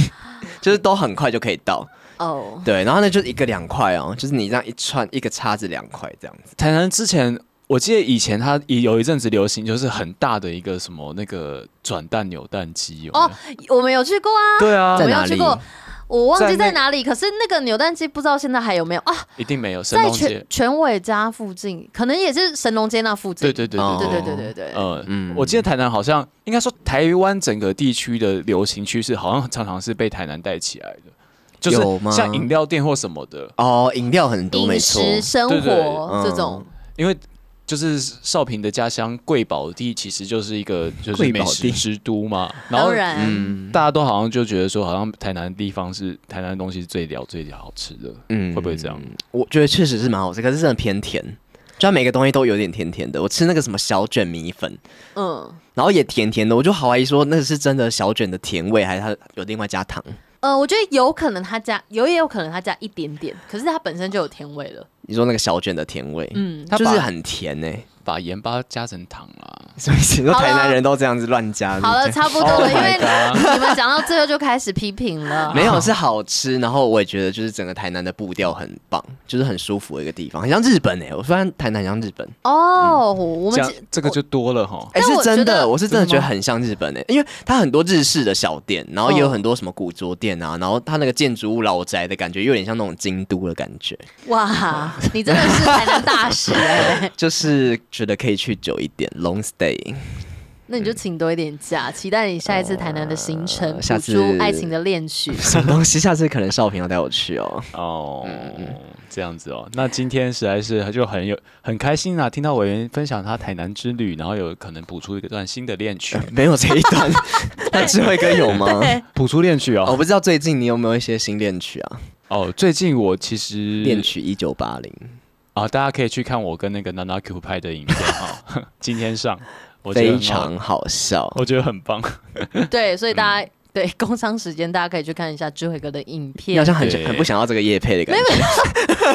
Speaker 2: 就是都很快就可以到。
Speaker 1: 哦，
Speaker 2: 对，然后呢就是一个两块哦，就是你这样一串一个叉子两块这样子。
Speaker 3: 台南之前，我记得以前它也有一阵子流行，就是很大的一个什么那个转蛋扭蛋机有没有
Speaker 1: 哦我们有去过啊，
Speaker 3: 对啊
Speaker 1: 我
Speaker 2: 在，
Speaker 1: 没
Speaker 2: 哪
Speaker 1: 有
Speaker 2: 里
Speaker 1: 去过，我忘记
Speaker 3: 在那
Speaker 1: 在哪里。可是那个扭蛋机不知道现在还有没有啊？
Speaker 3: 一定没有神
Speaker 1: 在
Speaker 3: 农街
Speaker 1: 全。全伟家附近，可能也是神农街那附近。
Speaker 3: 对对对
Speaker 2: 哦
Speaker 3: 对
Speaker 1: 对对对对对
Speaker 3: 呃，
Speaker 2: 嗯
Speaker 3: 我记得台南好像应该说台湾整个地区的流行趋势，好像常常是被台南带起来的，就是
Speaker 2: 有吗
Speaker 3: 像饮料店或什么的，
Speaker 2: 哦，饮料很多，没
Speaker 1: 饮
Speaker 2: 错。
Speaker 1: 食生
Speaker 3: 对对
Speaker 1: 活
Speaker 2: 嗯
Speaker 1: 这种，
Speaker 3: 因为就是少平的家乡贵宝地其实就是一个就是
Speaker 2: 贵
Speaker 3: 美
Speaker 2: 宝
Speaker 3: 食
Speaker 2: 地
Speaker 3: 之都嘛，然后
Speaker 1: 当然
Speaker 2: 嗯
Speaker 3: 大家都好像就觉得说，好像台南地方是台南的东西是最了最好吃的，
Speaker 2: 嗯
Speaker 3: 会不会这样？
Speaker 2: 我觉得确实是蛮好吃，可是真的偏甜，就它每个东西都有点甜甜的。我吃那个什么小卷米粉，
Speaker 1: 嗯。
Speaker 2: 然后也甜甜的，我就好怀疑说那是真的小卷的甜味，还是它有另外加糖？
Speaker 1: 呃，我觉得有可能他加有，也有可能他加一点点，可是它本身就有甜味了。
Speaker 2: 你说那个小卷的甜味，
Speaker 1: 嗯，
Speaker 2: 就
Speaker 3: 它
Speaker 2: 是
Speaker 3: 把
Speaker 2: 很甜呢、
Speaker 3: 把盐巴加成糖啦。
Speaker 2: (laughs) 所以很多
Speaker 1: 好了
Speaker 2: 台南人都这样子乱加。
Speaker 1: 好了，
Speaker 2: 对不对
Speaker 1: 差不多了，
Speaker 3: Oh
Speaker 1: 因
Speaker 3: my
Speaker 1: 为
Speaker 3: God
Speaker 1: (laughs) 你们讲到最后就开始批评 (laughs) 了。
Speaker 2: 没有是好吃，然后我也觉得就是整个台南的步调很棒，就是很舒服的一个地方，很像日本哎、我发现台南很像日本，嗯
Speaker 1: 哦，我
Speaker 3: 这
Speaker 1: 们
Speaker 3: 样
Speaker 1: 其
Speaker 3: 这个就多了哈。
Speaker 2: 哎、
Speaker 1: 但我
Speaker 2: 是真
Speaker 1: 觉
Speaker 2: 的，
Speaker 1: 得
Speaker 2: 我是真的
Speaker 3: 真的
Speaker 2: 觉
Speaker 3: 吗
Speaker 2: 得很像日本欸诶、因为它很多日式的小店，然后也有
Speaker 1: 嗯
Speaker 2: 很多什么古着店啊，然后它那个建筑物老宅的感觉，有点像那种京都的感觉，
Speaker 1: 哇，你真的是台南大使哎、
Speaker 2: 就是觉得可以去久一点，long stay。
Speaker 1: (laughs) 那你就请多一点假，期待你下一次台南的行程，
Speaker 2: 呃
Speaker 1: 谱
Speaker 2: 下次
Speaker 1: 出爱情的恋
Speaker 2: (laughs)
Speaker 1: 曲。
Speaker 2: 什么东西？下次可能少平要带我去哦。 (laughs)
Speaker 3: 哦，这样子哦。那今天实在是就很有很开心啊，听到委员分享他台南之旅，然后有可能谱出一段新的恋曲，
Speaker 2: 没有这一段，那智慧哥有吗？
Speaker 3: 谱出恋曲
Speaker 2: 哦我
Speaker 3: 哦。
Speaker 2: 不知道最近你有没有一些新恋曲啊？
Speaker 3: 哦，最近我其实
Speaker 2: 恋曲一九八零，
Speaker 3: 啊，大家可以去看我跟那个 Nana Q 拍的影片哈， (laughs) 今天上，我觉得
Speaker 2: 非
Speaker 3: 很好
Speaker 2: 常好笑。
Speaker 3: 我觉得很棒。
Speaker 1: 对，所以
Speaker 2: 嗯
Speaker 1: 大家、对工商时间，大家可以去看一下智慧哥的影
Speaker 2: 你
Speaker 1: 片
Speaker 2: 好。像很
Speaker 3: 对
Speaker 2: 很不想要这个叶配的感觉
Speaker 1: 我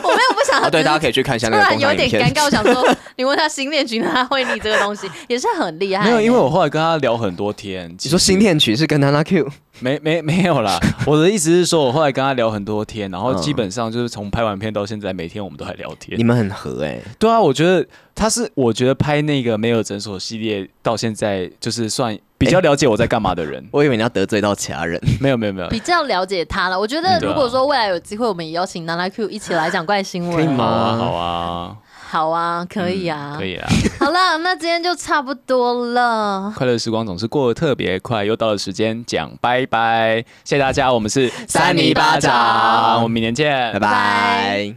Speaker 1: 没有不想
Speaker 2: 啊！
Speaker 1: 要，
Speaker 2: 对，大家可以去看一下
Speaker 1: 突
Speaker 2: 那个
Speaker 1: 然
Speaker 2: 工
Speaker 1: 有
Speaker 2: 厂
Speaker 1: 点
Speaker 2: 影
Speaker 1: 尴
Speaker 2: 片。
Speaker 1: 尬，我想说，你问他新恋曲，他会你这个东西也是很厉害。欸
Speaker 3: 没有，因为我后来跟他聊很多天，
Speaker 2: 你
Speaker 3: 你
Speaker 2: 说新恋曲是跟娜娜 Q
Speaker 3: 没没没有
Speaker 2: (laughs)
Speaker 3: 啦，我的意思是说，我后来跟他聊很多天，然后
Speaker 2: 嗯
Speaker 3: 基本上就是从拍完片到现在，每天我们都还聊天
Speaker 2: 你。们很合哎、
Speaker 3: 对啊，我觉得他是，我觉得拍那个没有诊所系列到现在，就是算比
Speaker 2: 哎
Speaker 3: 较了解我在干嘛的
Speaker 2: (laughs)
Speaker 3: 人。
Speaker 2: 我以为你要得罪到其他人，
Speaker 3: 没有没有 (laughs) 没有，
Speaker 1: 比较了解他了。我觉得
Speaker 3: 嗯对啊
Speaker 1: 如果说未来有机会，我们也邀请娜娜 Q 一起来讲怪新闻，
Speaker 2: 可以
Speaker 3: 好
Speaker 2: 吗
Speaker 3: 啊好啊，
Speaker 1: 好啊，可以啊，
Speaker 3: 嗯可以啊。
Speaker 1: 好了，那今天就差不多了。
Speaker 3: 快乐时光总是过得特别快，又到了时间讲拜拜，谢谢大家，我们是
Speaker 2: 三尼巴掌
Speaker 3: 我们明年见，
Speaker 2: (laughs) 拜
Speaker 1: 拜
Speaker 2: 拜。